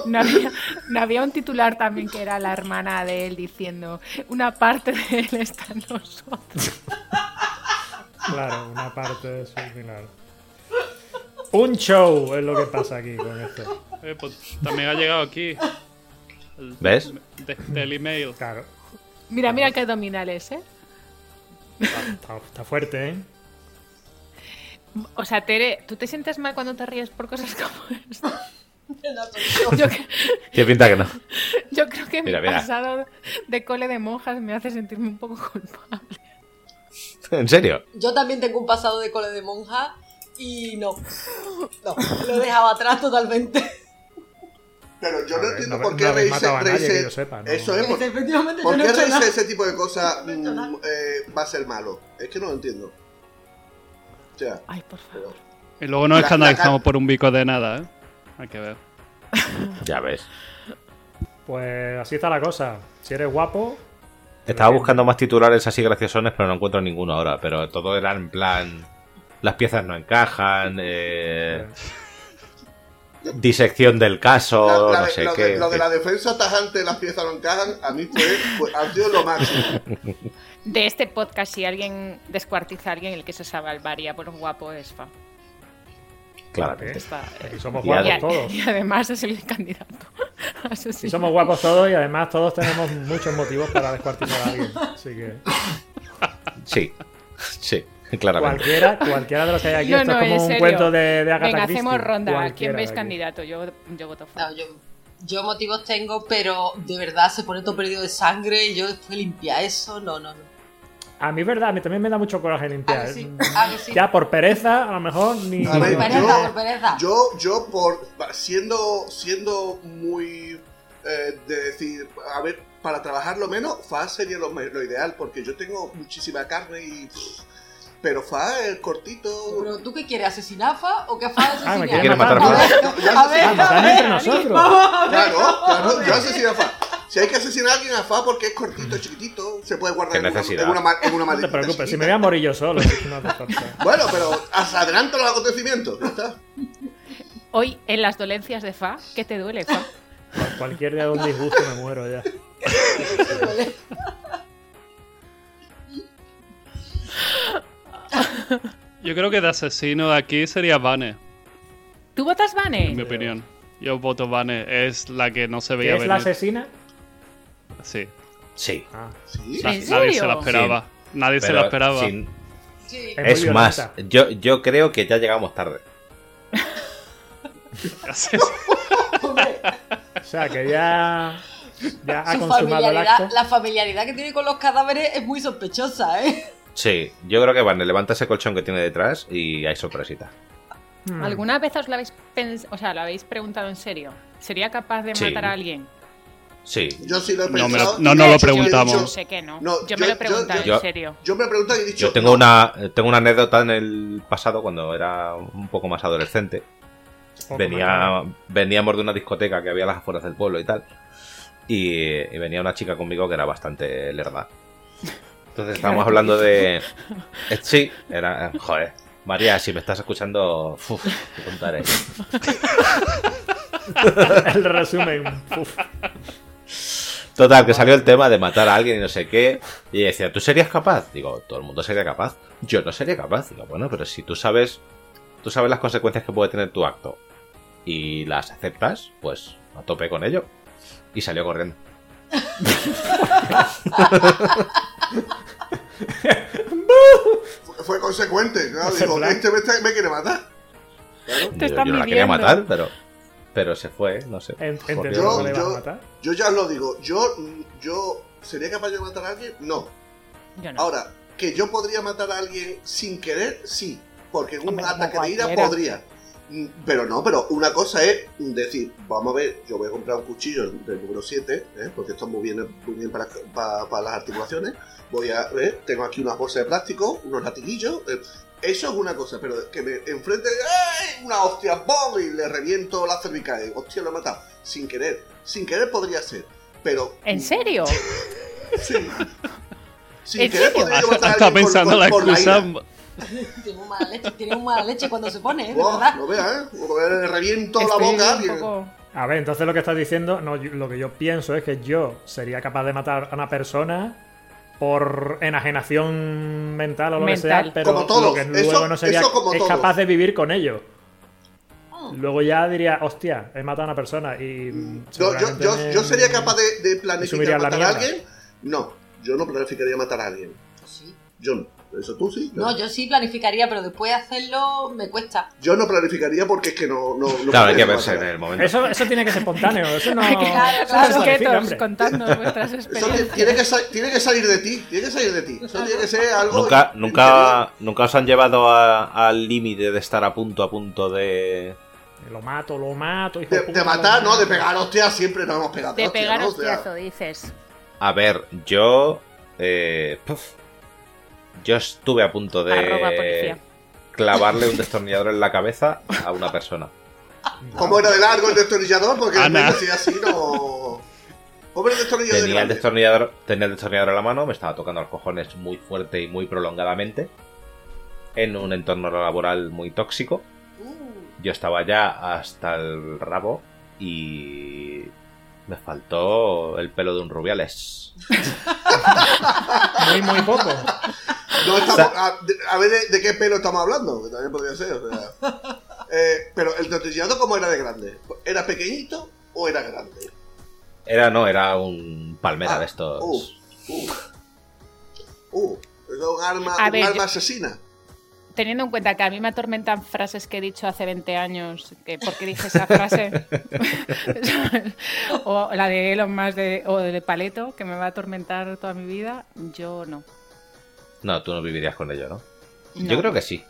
G: No había, no había un titular también que era la hermana de él diciendo una parte de él está en nosotros.
H: Claro, una parte subliminal. Un show es lo que pasa aquí con esto.
I: Eh, pues, también ha llegado aquí. El-
F: ¿Ves?
I: de- del email.
H: Claro.
G: Mira, mira qué abdominales, ¿eh?
H: Está, está fuerte, ¿eh?
G: O sea, Tere, ¿tú te sientes mal cuando te ríes por cosas como esta? Yo, cre-
F: Tiene pinta que no.
G: yo creo que
F: Mira,
G: mi
F: mira.
G: pasado de cole de monjas me hace sentirme un poco culpable.
F: ¿En serio?
K: Yo también tengo un pasado de cole de monja y no. No, lo dejaba atrás totalmente.
J: Pero yo
H: A
J: no
H: ver,
J: entiendo
H: no-
J: por
H: no
J: qué
H: habéis
J: reírse-
H: matado a nadie
J: reírse-
H: que yo sepa, ¿no?
J: Eso es, por,
K: Efectivamente,
J: ¿por
K: yo no he
J: qué
K: hecho
J: reírse
K: nada.
J: ese tipo de cosas
K: No he hecho nada.
J: mm, eh, va a ser malo? Es que no lo entiendo. O sea,
G: Ay, por favor.
I: Y luego nos
J: La- la
I: escandalizamos por un bico de nada, ¿eh? Hay que ver.
F: Ya ves.
H: Pues así está la cosa. Si eres guapo,
F: Estaba buscando más titulares así graciosones, pero no encuentro ninguno ahora. Pero todo era en plan. Las piezas no encajan. eh, disección del caso.
J: La- la
F: no
J: de-
F: sé
J: lo,
F: qué.
J: de, lo de la defensa tajante, las piezas no encajan, a mí fue, fue- ha sido lo máximo.
G: De este podcast, si alguien descuartiza a alguien, el que se salvaría por un guapo es Fa.
F: Claramente.
G: Está-
H: aquí eh, somos
F: Y a-
H: guapos
G: y, a-
H: todos.
G: y además es el candidato. Eso sí.
H: Y somos guapos todos y además todos tenemos muchos motivos para descuartizar a alguien. Así que
F: Sí. Sí, claramente.
H: cualquiera, cualquiera de los que hay aquí,
G: No, no,
H: esto es como
G: en
H: un
G: serio.
H: cuento de, de Agatha
G: Venga,
H: Christie.
G: hacemos ronda.
H: Cualquiera
G: ¿Quién veis
H: de aquí.
G: candidato? Yo, yo voto Fa.
K: No, yo, yo motivos tengo, pero de verdad se pone todo perdido de sangre y yo después limpia eso. No, no, no.
H: A mí es verdad, a mí también me da mucho coraje
K: A
G: Ah,
H: limpiar. Mm,
K: que sí, a que sí.
H: Ya eh, por pereza, a lo mejor ni.
J: A ver,
K: Por pereza, por pereza.
J: Yo, yo por siendo, siendo muy eh, de decir, a ver, para trabajarlo menos, FA sería lo, me- lo ideal, porque yo tengo muchísima carne y. Pero FA es cortito.
K: Pero tú qué quieres, asesinar a Fa o que Fa asesine
H: Ah, me
K: a-
H: quiere
F: matar
K: a
F: Fa.
K: ver,
J: Yo- yo
K: a ver,
J: asesino-
K: a
H: matar
K: ver,
H: entre
K: Alex,
H: nosotros.
K: vamos a ver.
J: Claro, claro, yo asesino a FA. Si hay que asesinar a alguien a FA porque es cortito, chiquitito, se puede guardar
F: Qué
J: en una,
F: necesidad.
J: en una, ma- en una
H: No te
J: maletita
H: preocupes, si
J: chiquita.
H: me voy a morir yo solo. no hace falta.
J: Bueno, pero as- adelanto los acontecimientos, ya está.
G: Hoy, en las dolencias de Fa, ¿qué te duele, Fa?
H: Cualquier día de un disgusto me muero ya.
I: Yo creo que de asesino de aquí sería Vane,
G: ¿Tú votas
I: en mi
G: Vane?
I: opinión. Yo voto Vane, es la que no se veía
H: ¿Es la
I: venir.
H: asesina?
I: Sí.
F: Sí.
H: Ah,
J: Sí.
I: Na-
G: ¿En
I: Nadie
G: serio?
I: se la esperaba. Nadie se
F: Pero
I: la esperaba.
F: sin-
K: Sí.
H: muy
F: Es más,
H: violenta.
F: yo, yo creo que ya llegamos tarde.
I: Así es.
H: O sea, que ya. Ya ha
K: Su
H: consumado el
K: familiaridad,
H: acto.
K: la familiaridad que tiene con los cadáveres es muy sospechosa, ¿eh?
F: Sí, yo creo que Barney levanta ese colchón que tiene detrás y hay sorpresita.
H: Mm.
G: ¿Alguna vez os lo habéis, pens- o sea, lo habéis preguntado en serio? ¿Sería capaz de
F: Sí.
G: matar a alguien?
F: Sí.
J: Yo sí lo he
I: No, me
J: pensado.
I: lo- no, no lo
J: Yo-
I: preguntamos.
J: yo-
G: Yo sé que no.
J: No,
G: yo, me
J: yo-
G: lo he preguntado
F: yo-
G: en serio.
J: Yo me he preguntado y he dicho.
F: Yo tengo una, tengo una anécdota en el pasado cuando era un poco más adolescente.
H: Poco
F: Venía,
H: más,
F: veníamos de una discoteca que había a las afueras del pueblo y tal. Y, y venía una chica conmigo que era bastante lerda. Entonces estábamos hablando de. eh, Sí, era. Joder. María, si me estás escuchando, uf, te contaré.
H: el resumen. Uf.
F: Total, que salió el tema de matar a alguien y no sé qué. Y ella decía, ¿tú serías capaz? Digo, todo el mundo sería capaz. Yo no sería capaz. Digo, bueno, pero si tú sabes, tú sabes las consecuencias que puede tener tu acto y las aceptas, pues a tope con ello. Y salió corriendo.
J: Fue, fue consecuente, claro.
H: Ese
J: Digo,
H: plan.
J: este me, está- me quiere matar. Claro.
F: Yo, yo no la quería matar, pero, pero se fue, no sé.
H: Entendemos
F: Corrió.
H: que le ibas a
J: yo-
H: matar.
J: Yo ya os lo digo. Yo, yo ¿Sería capaz de matar a alguien? No.
G: Yo no.
J: Ahora, que yo podría matar a alguien sin querer, sí. Porque en un
G: Hombre, como
J: ataque de ira
G: cualquiera.
J: podría. Mm, Pero no, pero una cosa es decir, vamos a ver, yo voy a comprar un cuchillo del número 7, ¿eh? porque esto es muy bien, muy bien para, para- para las articulaciones. Voy a ver, tengo aquí unas bolsas de plástico, unos latiguillos. eh, Eso es una cosa, pero que me enfrente, ¡ay! Una hostia, ¡bom! Y le reviento la cervical. Hostia, lo he matado. Sin querer. Sin querer podría ser. Pero
G: ¿En serio?
J: Sí. Sin
G: ¿En
J: querer
G: serio?
J: podría yo matar a
I: Está
J: alguien por-
I: pensando
J: por-
I: la
J: por
I: excusa.
J: ira.
K: Tiene mala leche, tiene mala leche cuando se pone, ¿eh? De
J: Buah,
K: verdad.
J: lo vea, ¿eh? Le reviento
G: Estoy
J: la boca.
G: un
J: bien.
G: poco-
H: A ver, entonces lo que estás diciendo, no, yo- lo que yo pienso es que yo sería capaz de matar a una persona por enajenación mental o lo
G: Mental.
H: que sea, pero
J: Como todos,
H: lo que luego
J: eso-
H: no sería
J: eso como
H: es
J: todos.
H: capaz de vivir con ello. Luego ya diría, hostia, he matado a una persona y. mm,
J: Yo, yo,
H: seguramente
J: yo,
H: me-
J: yo sería capaz de, de
H: subiría a
J: planificar
H: la
J: matar a
H: mierda.
J: alguien. No, yo no planificaría matar a alguien.
K: Pues Sí.
J: Yo no. Eso tú sí.
K: No, yo sí planificaría, pero después de hacerlo me cuesta.
J: Yo no planificaría porque es que no. no, no
F: Claro, hay que
J: podría
F: verse en
J: matar.
F: el momento.
H: Eso, eso tiene que ser espontáneo, eso no.
K: Claro,
H: eso no
K: claro.
H: se planifica,
G: Ketos,
H: hombre.
G: contadnos vuestras
J: Eso ti-
G: experiencias.
J: tiene que, sa- tiene que salir de ti. Tiene que salir de ti. Eso tiene que ser algo.
F: Nunca,
J: interior.
F: nunca, nunca os han llevado a- al límite de estar a punto, a punto de.
H: Lo mato, lo mato. hijo
J: De,
H: puta,
J: de
H: lo
J: matar, no,
H: mato.
J: de pegar hostia, siempre nos hemos pegado.
G: De
J: hostia,
G: pegar
J: ¿no? O sea,
G: hostiazo, dices.
F: A ver, yo. eh, puf. yo estuve a punto
G: Arroba policía.
F: de clavarle un destornillador en la cabeza a una persona.
J: ¿Cómo era de largo el destornillador? Porque
I: Ana.
J: después así, así no. ¿Cómo era el destornillador de
F: Tenía el
J: grande?
F: destornillador, tenía el destornillador en la mano, me estaba tocando los cojones muy fuerte y muy prolongadamente. En un entorno laboral muy tóxico.
J: Uh.
F: Yo estaba ya hasta el rabo y. Me faltó el pelo de un rubiales.
H: Muy, muy poco.
J: No estamos- a, de- a ver de, de qué pelo estamos hablando, que también podría ser. o sea. Eh, pero el tortillado, ¿cómo era de grande? ¿Era pequeñito o era grande?
F: Era, no, era un palmera
J: Ah,
F: de estos.
J: Uh, uh, uh, era un arma,
G: A
J: un
G: ver,
J: arma
G: yo-
J: asesina.
G: Teniendo en cuenta que a mí me atormentan frases que he dicho hace 20 años, que porque dije esa frase, o la de Elon Musk de, o de Paleto, que me va a atormentar toda mi vida, yo no.
F: No, tú no vivirías con ello, ¿no?
G: No.
F: Yo creo que sí.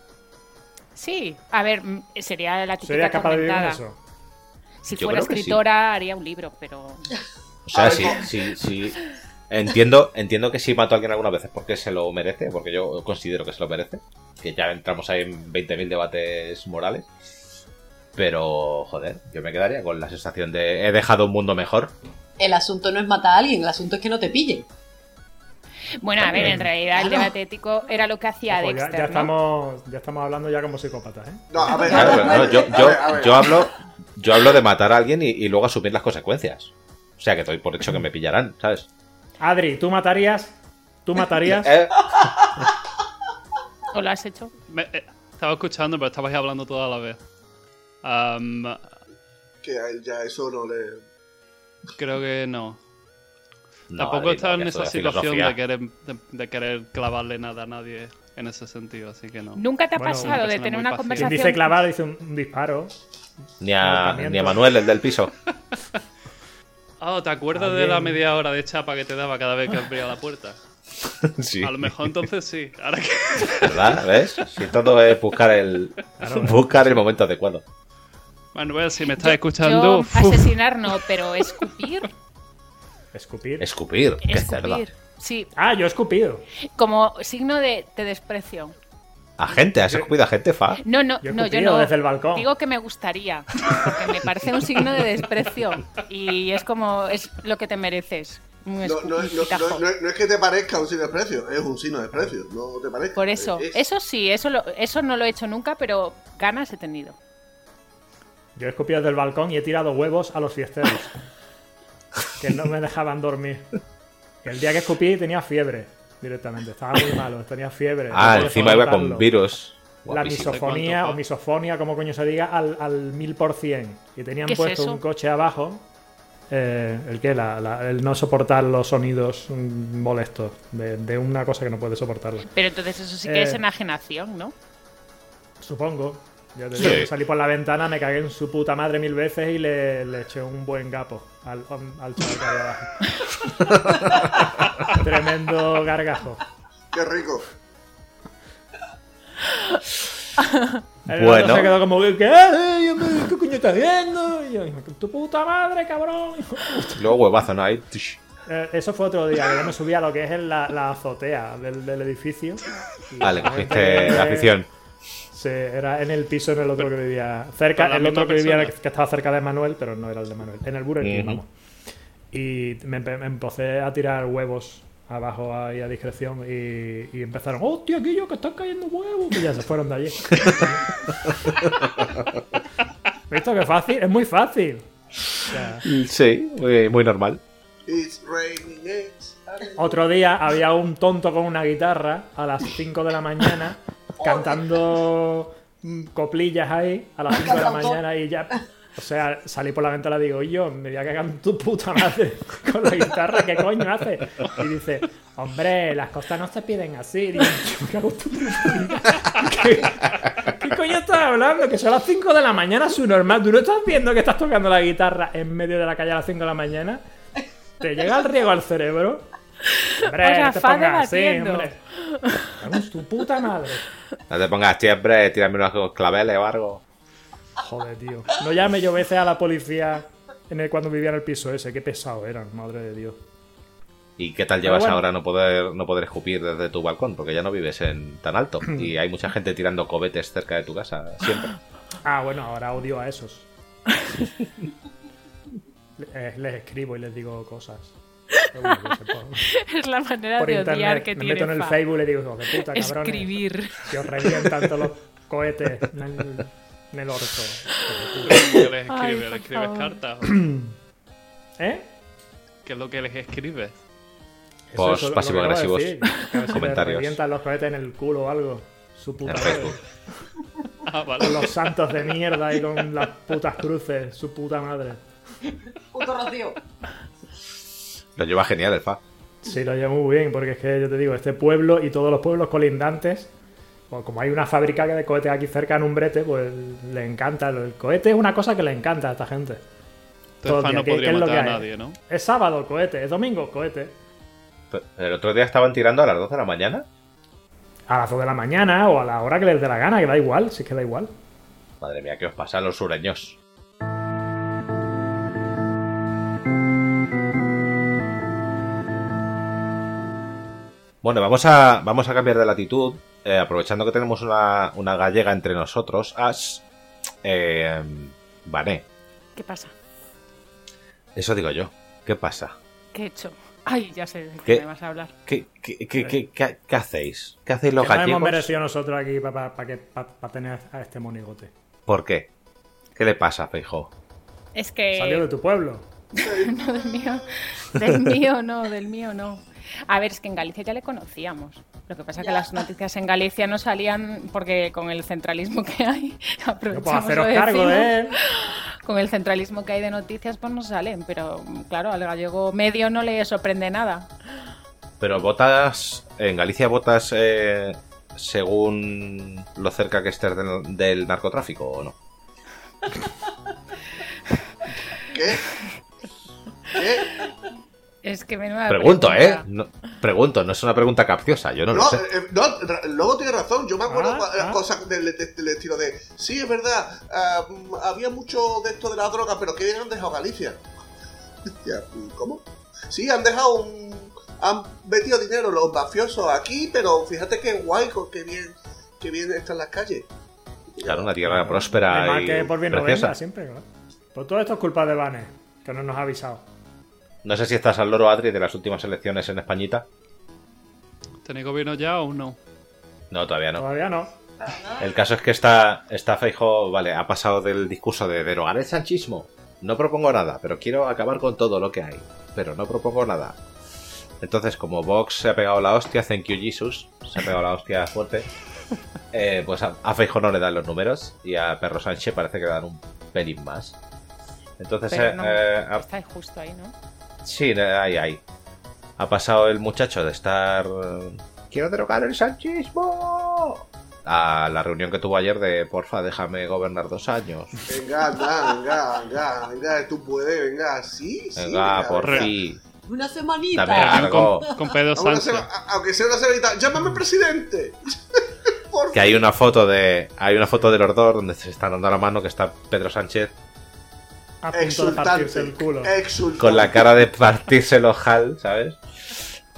G: Sí, a ver, mm, sería la típica
H: Sería capaz de vivir con
G: atormentada.
H: eso.
G: Si
F: Yo
G: fuera
F: creo que sí.
G: escritora haría un libro, pero
F: O
J: A
F: sea,
J: ver,
F: sí,
J: ¿cómo?
F: sí, sí. Entiendo, entiendo que si mato a alguien alguna vez es porque se lo merece, porque yo considero que se lo merece. Que ya entramos ahí en 20.000 debates morales. Pero, joder, yo me quedaría con la sensación de he dejado un mundo mejor.
K: El asunto no es matar a alguien, el asunto es que no te pillen.
G: bueno, a ver, en realidad el
K: Claro.
G: debate ético era lo que hacía
H: Ojo, ya,
G: Dexter,
H: ya
G: ¿no?
H: estamos, ya estamos hablando ya como psicópatas, ¿eh?
J: No, a ver,
F: Claro,
J: a ver,
F: pero
J: a
F: no,
J: ver,
F: yo,
J: a
F: yo-
J: ver, a ver.
F: yo hablo, yo hablo de matar a alguien y, y luego asumir las consecuencias. O sea, que doy por hecho que me pillarán, ¿sabes?
H: Adri, ¿tú matarías? ¿Tú matarías?
F: Eh,
G: ¿O lo has hecho?
I: Me- eh, estaba escuchando, pero estabais hablando toda la vez. Am,
J: Que a él ya eso no le.
I: creo que no.
F: no,
I: Tampoco
F: Adri,
I: estaba
F: no,
I: en
F: que eso
I: esa
F: es
I: situación
F: filosofía.
I: de querer, de, de querer clavarle nada a nadie en ese sentido, así que no.
G: ¿Nunca te ha
H: Bueno,
G: pasado
I: una
G: de
I: persona
G: tener
I: muy
G: una
I: paciente.
G: conversación?
H: Quien
F: eh,
H: dice clavar dice un, un disparo.
F: Ni a,
H: Ahorcamiento.
F: ni a Manuel, el del piso.
I: Ah, ¿te acuerdas de la media hora de chapa que te daba cada vez que abría la puerta?
F: Sí.
I: A lo mejor entonces sí. Ahora que...
F: ¿Verdad? ¿Ves? Si todo es buscar el, buscar el momento adecuado.
I: Manuel, si me estás escuchando...
G: Yo asesinar no, pero escupir.
H: Escupir.
F: Escupir, qué cerda.
G: Escupir. Sí,
H: Ah, yo he escupido.
G: como signo de, de desprecio.
F: A gente, has escupido a gente, fa.
H: Eh,
G: No, no,
H: Yo he
G: no, yo
H: escupido
G: no.
H: desde el balcón.
G: Digo que me gustaría, porque me parece un signo de desprecio y es como es lo que te mereces. Un
J: No, no, es- no-
G: escupitajo.
J: no- no- no es que te parezca un signo de precio, es un signo de precio, no te parezca.
G: Por eso,
J: Es-
G: eso sí, eso lo- eso no lo he hecho nunca, pero ganas he tenido.
H: Yo he escupido desde el balcón y he tirado huevos a los fiesteros. que no me dejaban dormir. El día que escupí tenía fiebre directamente. Estaba muy malo, tenía fiebre.
F: Ah,
H: No podía
F: encima iba
H: soportarlo.
F: con virus.
H: La
F: Guapísimo. ¿eh?
H: misofonía o misofonia, como coño se diga, al, al 1000%. Y tenían
G: ¿Qué es
H: puesto
G: eso?
H: un coche abajo. eh, el que el no soportar los sonidos mm, molestos de, de una cosa que no puede soportarla.
G: Pero entonces eso sí que
H: Eh.
G: es enajenación, ¿no?
H: Supongo. Ya te
F: Sí.
H: digo, salí por la ventana, me cagué en su puta madre mil veces y le, le eché un buen gapo al, al chaval que había abajo. Tremendo gargajo.
J: Qué rico.
H: El
F: Bueno.
H: otro se quedó como, ¿qué, Eh, yo me- ¿qué coño estás viendo? Y yo, tu puta madre, cabrón.
F: Luego huevazo, ¿no? Ahí, tsh.
H: Eh, eso fue otro día, que yo me subí a lo que es en la, la azotea del, del edificio. Y
F: Vale, cogiste
H: realmente-
F: la afición.
H: Sí, era en el piso en el otro que vivía. Cerca,
I: con la
H: el otro
I: misma
H: que vivía,
I: persona.
H: que estaba cerca de Manuel, pero no era el de Manuel. En el Burger King,
F: Ujú.
H: vamos. Y me, empe- me empecé a tirar huevos abajo ahí a discreción y, y empezaron, ¡hostia, aquello que están cayendo huevos! Y ya se fueron de allí. ¿Visto qué fácil? Es muy fácil. O sea,
F: Sí, muy, muy normal.
J: It's raining eggs.
H: Otro día había un tonto con una guitarra a las 5 de la mañana cantando mm, coplillas ahí a las 5 de la mañana y ya. O sea, salí por la ventana y digo, yo, me voy a cagar en tu puta madre con la guitarra, ¿qué coño hace? Y dice, hombre, las cosas no se piden así. Y digo, "Yo me cago en tu puta vida". ¿Qué, qué coño estás hablando? Que son las 5 de la mañana, su normal. ¿Tú no estás viendo que estás tocando la guitarra en medio de la calle a las 5 de la mañana? ¿Te llega el riego al cerebro? Hombre,
G: O sea,
H: no te
G: fan
H: pongas así,
G: debatiendo.
H: hombre. Vamos, tu puta madre.
F: No te pongas siempre, tírame unos claveles o algo.
H: Joder, tío. No llame yo veces a la policía en el, cuando vivía en el piso ese. Qué pesado eran, madre de Dios.
F: ¿Y qué tal
H: Pero
F: llevas
H: bueno.
F: ahora no poder, no poder escupir desde tu balcón? Porque ya no vives en tan alto. Y hay mucha gente tirando cobetes cerca de tu casa, siempre.
H: Ah, bueno, ahora odio a esos. Eh, les escribo y les digo cosas. Pero bueno, que se pongan.
G: Es la manera
H: por
G: de odiar
H: internet.
G: que
H: me
G: tiene.
H: meto en el
G: fa.
H: Facebook y le digo, hijo de puta, cabrones.
G: Escribir.
H: Que os revientan todos los cohetes en el, en el orto. hijo de
I: ¿Qué les escribes?
G: Ay, por
I: ¿Les escribes
G: favor.
I: cartas?
H: puta. ¿Eh?
I: ¿Qué es lo que les escribes?
H: Eso
F: Post
H: es lo que
F: pasivo
H: acabo de
F: agresivos.
H: decir, que a ver si
F: Comentarios.
H: Le revientan los cohetes en el culo o algo. Su puta
F: En
H: madre.
F: Facebook.
I: Ah, vale.
H: Con los santos de mierda y con las putas cruces. Su puta madre.
K: Puto Rocío.
F: Lo lleva genial el fa.
H: Sí, lo llevo muy bien, porque es que yo te digo, este pueblo y todos los pueblos colindantes, pues como hay una fábrica de cohetes aquí cerca en Umbrete, pues le encanta. El cohete es una cosa que le encanta a esta gente. Todo el
I: Entonces, Fan
H: día,
I: no
H: ¿qué- qué
I: podría
H: es lo
I: matar a
H: que hay?
I: nadie, ¿no?
H: Es sábado, cohete. Es domingo, cohete.
F: Pero El otro día estaban tirando a las 2 de la mañana.
H: A las 2 de la mañana o a la hora que les dé la gana, que da igual, si es que da igual.
F: Madre mía, ¿qué os pasa a los sureños? Bueno, vamos a, vamos a cambiar de latitud, eh, aprovechando que tenemos una, una gallega entre nosotros. As. Eh, vale,
G: ¿Qué pasa?
F: eso digo yo. ¿Qué pasa?
G: ¿Qué he hecho? Ay, ya sé de qué,
F: ¿Qué?
G: me vas a hablar.
F: ¿Qué, qué, qué, qué, qué- qué hacéis? ¿Qué hacéis los
H: Que no hemos
F: gallegos?
H: merecido nosotros aquí para tener a este monigote.
F: ¿Por qué? ¿Qué le pasa, Feijóo?
G: Es que.
H: Salió de tu pueblo.
G: no, del mío. Del mío no, del mío no. A ver, es que en Galicia ya le conocíamos. Lo que pasa es que las noticias en Galicia no salían porque con el centralismo que hay,
H: No
G: aprovechamos
H: puedo haceros
G: lo
H: cargo ¿eh?
G: vecino.
H: de él.
G: Con el centralismo que hay de noticias, pues no salen. Pero claro, al gallego medio no le sorprende nada.
F: Pero votas. En Galicia votas eh, según lo cerca que estés del, del narcotráfico o no.
J: ¿Qué?
G: Es que menuda
F: Pregunto, ¿eh?
G: Ah, pregunta.
F: No- pregunto, no es una pregunta capciosa, yo no, lo
J: No,
F: sé.
J: eh, no, ra- luego tienes razón. Yo me acuerdo cua- las cosas del, del- del estilo de. Sí, es verdad. ah, mm, había mucho de esto de la droga, pero ¿qué bien han dejado Galicia? Ya, ¿Cómo? Sí, han dejado un. Han metido dinero los mafiosos aquí, pero fíjate qué guay, co- qué bien, qué bien están las calles.
F: Claro, una tierra
H: Además
F: próspera y
H: que por bien no
F: preciosa.
H: venga siempre, claro. Pues todo esto es culpa de Vanes, que no nos ha avisado.
F: No sé si estás al loro, Adri, de las últimas elecciones en Españita.
I: ¿Tenéis gobierno ya o no?
F: No, todavía no.
H: Todavía no.
F: El caso es que está, está Feijo, vale, ha pasado del discurso de derogar el sanchismo. No propongo nada, pero quiero acabar con todo lo que hay. Pero no propongo nada. Entonces, como Vox se ha pegado la hostia, thank you Jesus, se ha pegado la hostia fuerte, eh, pues a, a Feijo no le dan los números y a Perro Sánchez parece que le dan un pelín más. Entonces,
G: Pero
F: eh,
G: no,
F: eh, a-
G: está justo ahí, ¿no?
F: Sí, ahí, ahí. Ha pasado el muchacho de estar. eh, Quiero derogar el sanchismo. A la reunión que tuvo ayer de porfa, déjame gobernar dos años.
J: Venga, anda, venga, venga, venga, tú puedes, venga, sí, sí.
F: Venga, por
J: venga.
F: fin.
K: Una semanita.
F: Dame algo.
J: Con-
I: con Pedro
J: Aunque
F: Sánchez.
J: sea- a- Aunque sea una semanita, llámame presidente.
F: Que hay una foto de. Hay una foto del ordor donde se están dando la mano que está Pedro Sánchez
H: A punto de partirse el
J: Exultante. Eh.
H: culo.
J: Exultante.
F: con la cara de partirse el ojal, ¿sabes?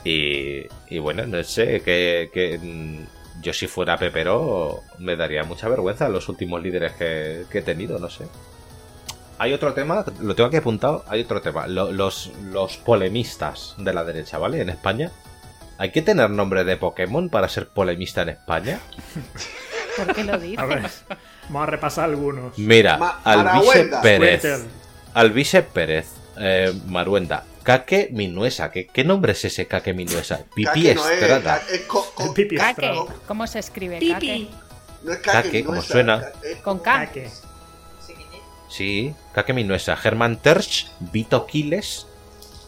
F: Y, y bueno, no sé, que, que, mm, yo si fuera Pepero me daría mucha vergüenza los últimos líderes que, que he tenido, no sé. Hay otro tema, lo tengo aquí apuntado, hay otro tema, lo- los, los polemistas de la derecha, ¿vale? En España. ¿Hay que tener nombre de Pokémon para ser polemista en España?
G: ¿Por qué lo
H: A ver,
G: dices?
H: vamos a repasar algunos.
F: Mira, Alvise
H: Arahuelda.
F: Pérez.
H: Cuéntelo.
F: Alvise Pérez. eh, Maruenda. Kake Minuesa. ¿Qué, qué nombre es ese Kake Minuesa? Pipi
J: Kake no es,
F: Estrada.
J: Kake es co- co-
G: Caque. ¿Cómo se escribe?
J: Pipi. No es Kake,
F: Kake,
J: no
F: como
J: es-
F: suena.
G: Con K.
F: Sí, Kake Minuesa. Germán Terch, Vito Quiles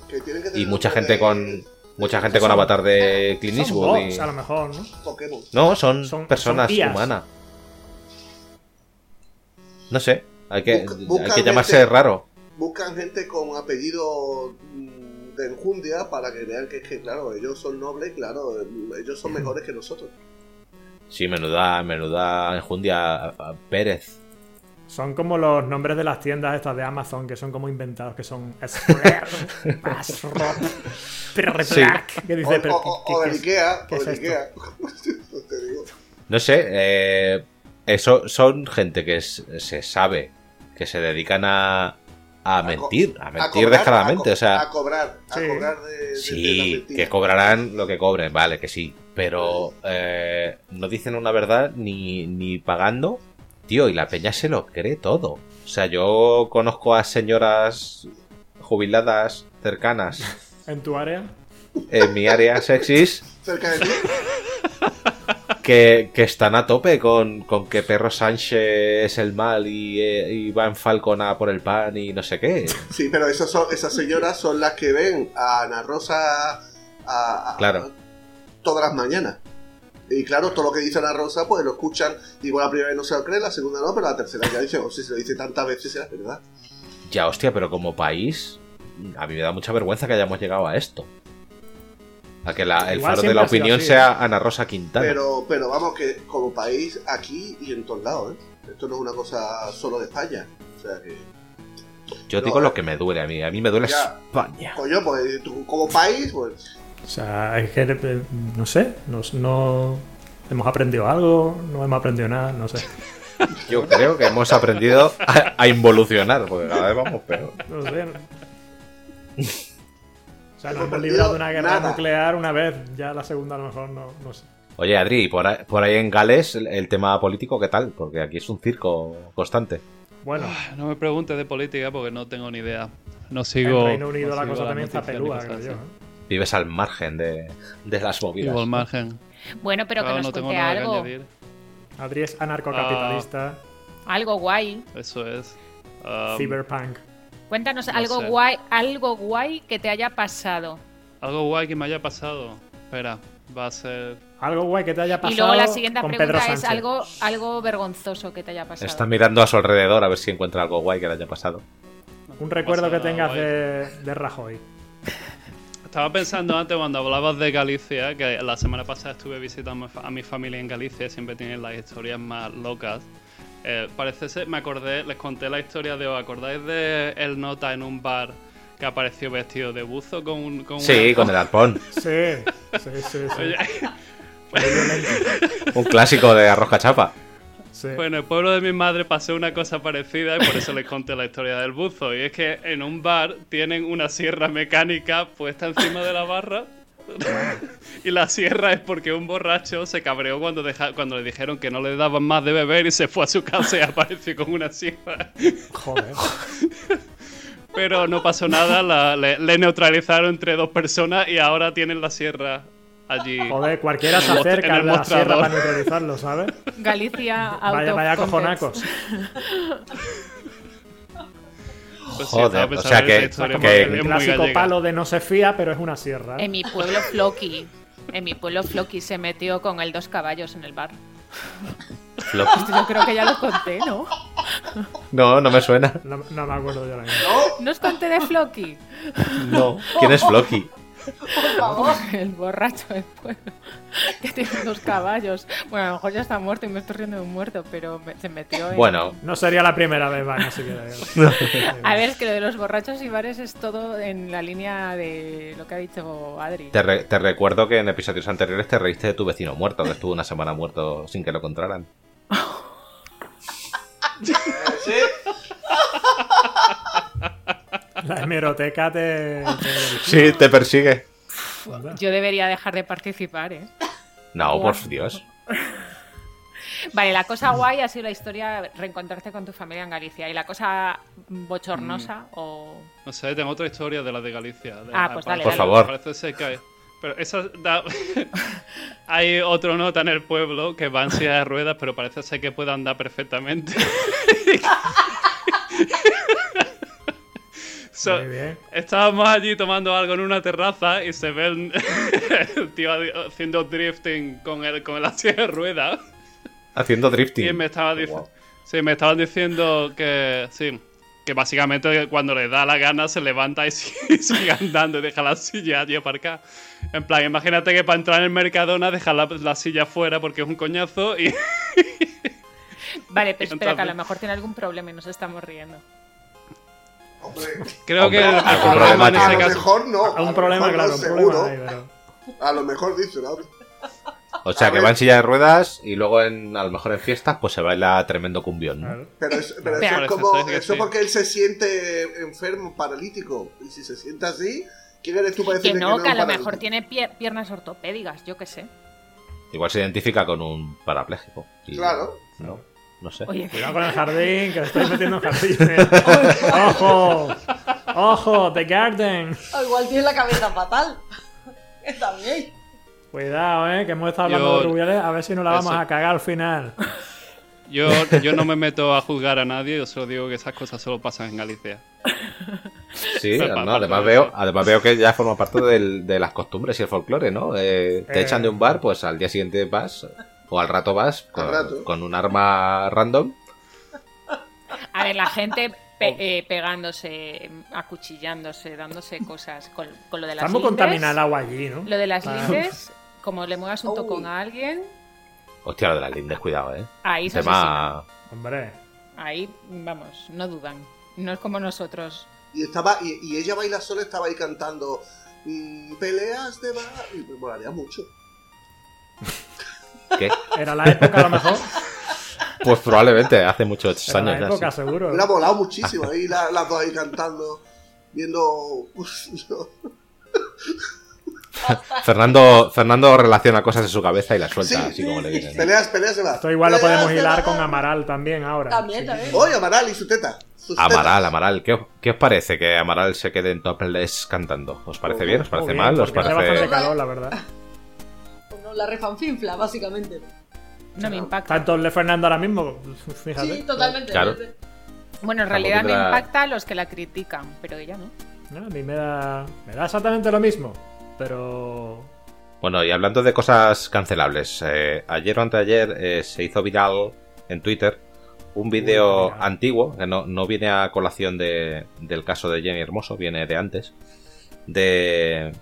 J: Que tiene que
H: Eh,
F: y
J: tener
F: mucha
J: nombre
F: gente
J: de
F: con. Mucha gente con avatar de Clint
H: Son
F: Eastwood. y-
H: bots, a lo mejor, ¿no?
J: Pokémon.
F: No, son,
H: Son-
F: personas
H: son pías.
F: humanas. No sé, hay que,
J: Busca- busca
F: hay que
J: gente-
F: llamarse raro.
J: Buscan gente con apellido mm, de enjundia para que vean que es que, claro, ellos son nobles, claro, ellos son mejores que nosotros.
F: Sí, menuda, menuda enjundia a- Pérez.
H: Son como los nombres de las tiendas estas de Amazon que son como inventados, que son Square, Basrot, Perre
F: Sí.
H: Black, que dice,
J: O-
H: pero
J: o- o-
H: ¿qué-
J: o
H: qué-
J: del
H: qué-
J: Ikea,
H: qué
J: o
H: es
J: del
H: esto?
J: Ikea. Pues Te digo.
F: No sé, eh, eso son gente que es- se sabe, que se dedican a, a mentir, a mentir
J: cobrar,
F: descaradamente.
J: a co-
F: o sea,
J: A cobrar, a cobrar de, de- de la
F: sí,
J: mentira.
F: que cobrarán lo que cobren, vale, que sí. Pero eh, no dicen una verdad ni, ni pagando. Tío, y la peña se lo cree todo. O sea, yo conozco a señoras jubiladas cercanas
H: ¿En tu área?
F: en mi área sexys
J: Cerca de ti.
F: que, que están a tope con, con que Perro Sánchez es el mal y, eh, y va en Falcon a por el pan y no sé qué.
J: Sí, pero esas, son, esas señoras son las que ven a Ana Rosa a- a-
F: Claro.
J: todas las mañanas. Y claro, todo lo que dice Ana Rosa, pues lo escuchan. Igual la primera vez no se lo creen, la segunda no, pero la tercera ya dice, o si se lo dice tantas veces, será verdad.
F: Ya, hostia, pero como país, a mí me da mucha vergüenza que hayamos llegado a esto. A que la- el
J: Igual
F: faro de
J: siempre
F: la
J: ha sido
F: opinión
J: así, ¿eh?
F: sea Ana Rosa Quintana.
J: Pero, pero vamos, que como país, aquí y en todos lados, ¿eh? Esto no es una cosa solo de España. O sea que.
F: Yo
J: no,
F: digo
J: eh.
F: lo que me duele a mí. A mí me duele
J: Ya.
F: España.
J: Coño, pues tú como país, pues.
H: O sea, es que, eh, no sé, no, no- hemos aprendido algo, no hemos aprendido nada, no sé.
F: Yo creo que hemos aprendido a, a involucionar, porque cada vez vamos peor.
H: No sé. O sea, nos
J: Hemos
H: hemos librado
J: aprendido
H: de una guerra
J: nada.
H: nuclear una vez, ya la segunda a lo mejor no, no sé.
F: Oye, Adri, por ahí, por ahí en Gales el, el tema político, ¿qué tal? Porque aquí es un circo constante.
H: Bueno.
I: No me preguntes de política porque no tengo ni idea. No
H: En
I: sigo.
H: Reino Unido
I: no
H: la
I: sigo
H: cosa también está
I: noticias ni
H: pelúa,
I: cosas
H: creo yo.
I: así.
H: ¿eh?
F: Vives al margen de, de las movidas.
I: Vivo al margen.
G: Bueno, pero
I: Claro,
G: que nos
I: no tengo
G: cuente
I: nada que
G: algo.
I: añadir.
H: ¿eh? Adri es anarcocapitalista,
G: Algo guay.
I: Eso es. Um,
H: cyberpunk.
G: Cuéntanos
I: no
G: algo
I: sé.
G: guay, algo guay que te haya pasado.
I: Algo guay que me haya pasado. Espera, va a ser.
H: Algo guay que te haya pasado
G: y luego la siguiente
H: con
G: pregunta
H: Pedro
G: es
H: Sánchez.
G: algo, algo vergonzoso que te haya pasado.
F: Está mirando a su alrededor a ver si encuentra algo guay que le haya pasado.
H: Un recuerdo que
I: pasa eh. nada,
H: tengas de, de Rajoy.
I: Estaba pensando antes cuando hablabas de Galicia, que la semana pasada estuve visitando a mi familia en Galicia, siempre tienen las historias más locas. Eh, parece ser, me acordé, les conté la historia de, ¿os acordáis de El Nota en un bar que apareció vestido de buzo con un... Con
F: Sí, con el arpón.
H: Sí, sí, sí. sí.
I: Oye,
F: Un clásico de arroz cachapa.
I: Pues en el pueblo de mi madre pasó una cosa parecida y por eso les conté la historia del buzo. Y es que en un bar tienen una sierra mecánica puesta encima de la barra. y la sierra es porque un borracho se cabreó cuando, deja- cuando le dijeron que no le daban más de beber y se fue a su casa y apareció con una sierra.
H: Joder.
I: Pero no pasó nada, la- le, le neutralizaron entre dos personas y ahora tienen la sierra allí.
H: Joder, cualquiera se
I: En el mos-
H: acerca
I: en
H: a
I: el
H: la sierra
I: mostrador.
H: para neutralizarlo, ¿sabes?
G: Galicia out
H: Vaya,
G: of
H: vaya
G: context.
H: cojonacos.
I: Pues sí,
F: Joder,
I: estaba
F: o
I: pensando
F: sea
I: en esa
F: que-
I: historia,
F: que-
I: porque
F: El
I: es muy
H: Clásico
I: gallega.
H: palo de no se fía, pero es una sierra. ¿eh?
G: En mi pueblo Floki. En mi pueblo Floki se metió con el dos caballos en el bar.
F: Floki.
G: Esto yo creo que ya lo conté, ¿no?
F: No, no me suena.
H: No, no me acuerdo yo la misma.
G: ¿No os conté de Floki?
F: No. ¿Quién es Floki?
G: Por favor. El borracho del pueblo. Que tiene dos caballos. Bueno, a lo mejor ya está muerto y me estoy riendo de un muerto, pero me- se metió en.
H: No sería la primera vez, va, no sé
G: A ver, es que lo de los borrachos y bares es todo en la línea de lo que ha dicho Adri.
F: Te, re- te recuerdo que en episodios anteriores te reíste de tu vecino muerto, que estuvo una semana muerto sin que lo encontraran.
H: La hemeroteca te.
F: Sí, te persigue.
G: Yo debería dejar de participar, ¿eh?
F: No,
G: Buah.
F: por Dios.
G: Vale, la cosa guay ha sido la historia reencontrarte con tu familia en Galicia. Y la cosa bochornosa o.
I: No sé, tengo otra historia de la de Galicia. de-
G: Ah, pues dale,
I: parece-
G: Por favor.
I: Parece ser que hay. Pero esa da- hay otro nota en el pueblo que va en silla de ruedas, pero parece ser que puede andar perfectamente. So,
H: Muy bien.
I: Estábamos allí tomando algo en una terraza y se ve el, el tío haciendo drifting con el, con la silla de ruedas.
F: Haciendo
I: Y
F: drifting.
I: me estaba dic-
F: Wow.
I: sí, me estaban diciendo que sí, que básicamente cuando le da la gana se levanta y sigue, sigue andando y deja la silla allí aparcada. En plan, imagínate que para entrar en el Mercadona deja la, la silla fuera porque es un coñazo y
G: Vale, pero espera, que a
I: Entonces-
G: lo mejor tiene algún problema y nos estamos riendo.
I: creo que el, el
J: a, lo
I: programa en ese
J: mejor- a lo
I: caso-
J: mejor no.
H: Un
J: a lo
H: problema,
J: mejor
H: claro,
J: no,
H: un
J: seguro.
H: problema eh. ahí, pero.
J: A lo mejor dice la otra.
F: O sea, que va en silla de ruedas y luego en, a lo mejor en fiestas pues se baila tremendo cumbión. ¿no?
J: Pero, es- pero
I: Pero-
J: eso es como.
I: Parece que
J: Eso
I: sí.
J: porque él se siente enfermo, paralítico. Y si se siente así, ¿quién eres tú para
G: Que
J: decirle
G: no, que a
J: es
G: lo
J: paralítico?
G: mejor tiene pie- piernas ortopédigas, yo qué sé.
F: Igual se identifica con un parapléjico. Y-
G: Claro.
F: No, no sé.
G: Oye.
H: Cuidado con el jardín, que le estoy metiendo en jardines. ¡Ojo! ¡Ojo! ¡The Garden!
K: O igual tiene la cabeza fatal. Está bien.
H: Cuidado, eh, que hemos estado hablando
I: Yo-
H: de Rubiales, a ver si no la vamos
I: Eso.
H: a cagar al final.
I: yo, yo no me meto a juzgar a nadie, yo solo digo que esas cosas solo pasan en Galicia.
F: Sí,
I: Pa- pa-
F: no, además
I: pa-
F: veo, además veo que ya forma parte del- de las costumbres y el folclore, ¿no? Eh, te
H: Eh.
F: echan de un bar, pues al día siguiente vas, o al rato vas, con,
J: rato.
F: con un arma random.
G: A ver, la gente pe- eh, pegándose, acuchillándose, dándose cosas con, con lo de las
H: Está muy
G: lindes.
H: contaminada el agua allí, ¿no?
G: Lo de las
H: Ah.
G: lindes, como le muevas un tocón a alguien,
F: Hostia, lo de las lindes, cuidado, ¿eh?
G: Ahí
H: pues
G: se
F: Tema...
H: Hombre.
G: ahí, vamos, no dudan. No es como nosotros.
J: Y, estaba, y, y ella baila sola, estaba ahí cantando. mm, peleas de bar. Y me molaría mucho.
F: ¿Qué?
H: Era la época, a lo mejor.
F: Pues probablemente, hace muchos
H: Era
F: años.
H: la
F: ya,
H: época,
F: sí.
H: seguro.
J: Me ha volado muchísimo. Ahí la- las dos ahí cantando, viendo.
F: Fernando, Fernando relaciona cosas en su cabeza y las suelta, así como le vienen.
J: peleas, peleas de bar.
H: Esto igual lo
J: Peleas
H: podemos
J: de
H: hilar
J: bar.
H: con Amaral también ahora.
J: También, también. Oye, Amaral y su teta. sus tetas.
F: Amaral, Amaral, ¿qué os, qué os parece que Amaral se quede en topless cantando? ¿Os parece bien? ¿Os parece
H: Muy bien,
F: mal? ¿Os
H: porque hace bastante
F: parece...?
H: calor, la verdad.
K: Bueno, Pues la refanfinfla, básicamente.
G: No me impacta.
H: Tanto el de Fernando ahora mismo, fíjate.
K: Sí, totalmente.
F: Claro.
G: Bueno,
F: Tampoco
G: en realidad me
F: tendrá-
G: impacta a los que la critican, pero ella no.
H: No, a mí me da, me da exactamente lo mismo, pero...
F: Bueno, y hablando de cosas cancelables, eh, ayer o anteayer eh, se hizo viral en Twitter un vídeo antiguo, que no, no viene a colación de, del caso de Jenny Hermoso, viene de antes, de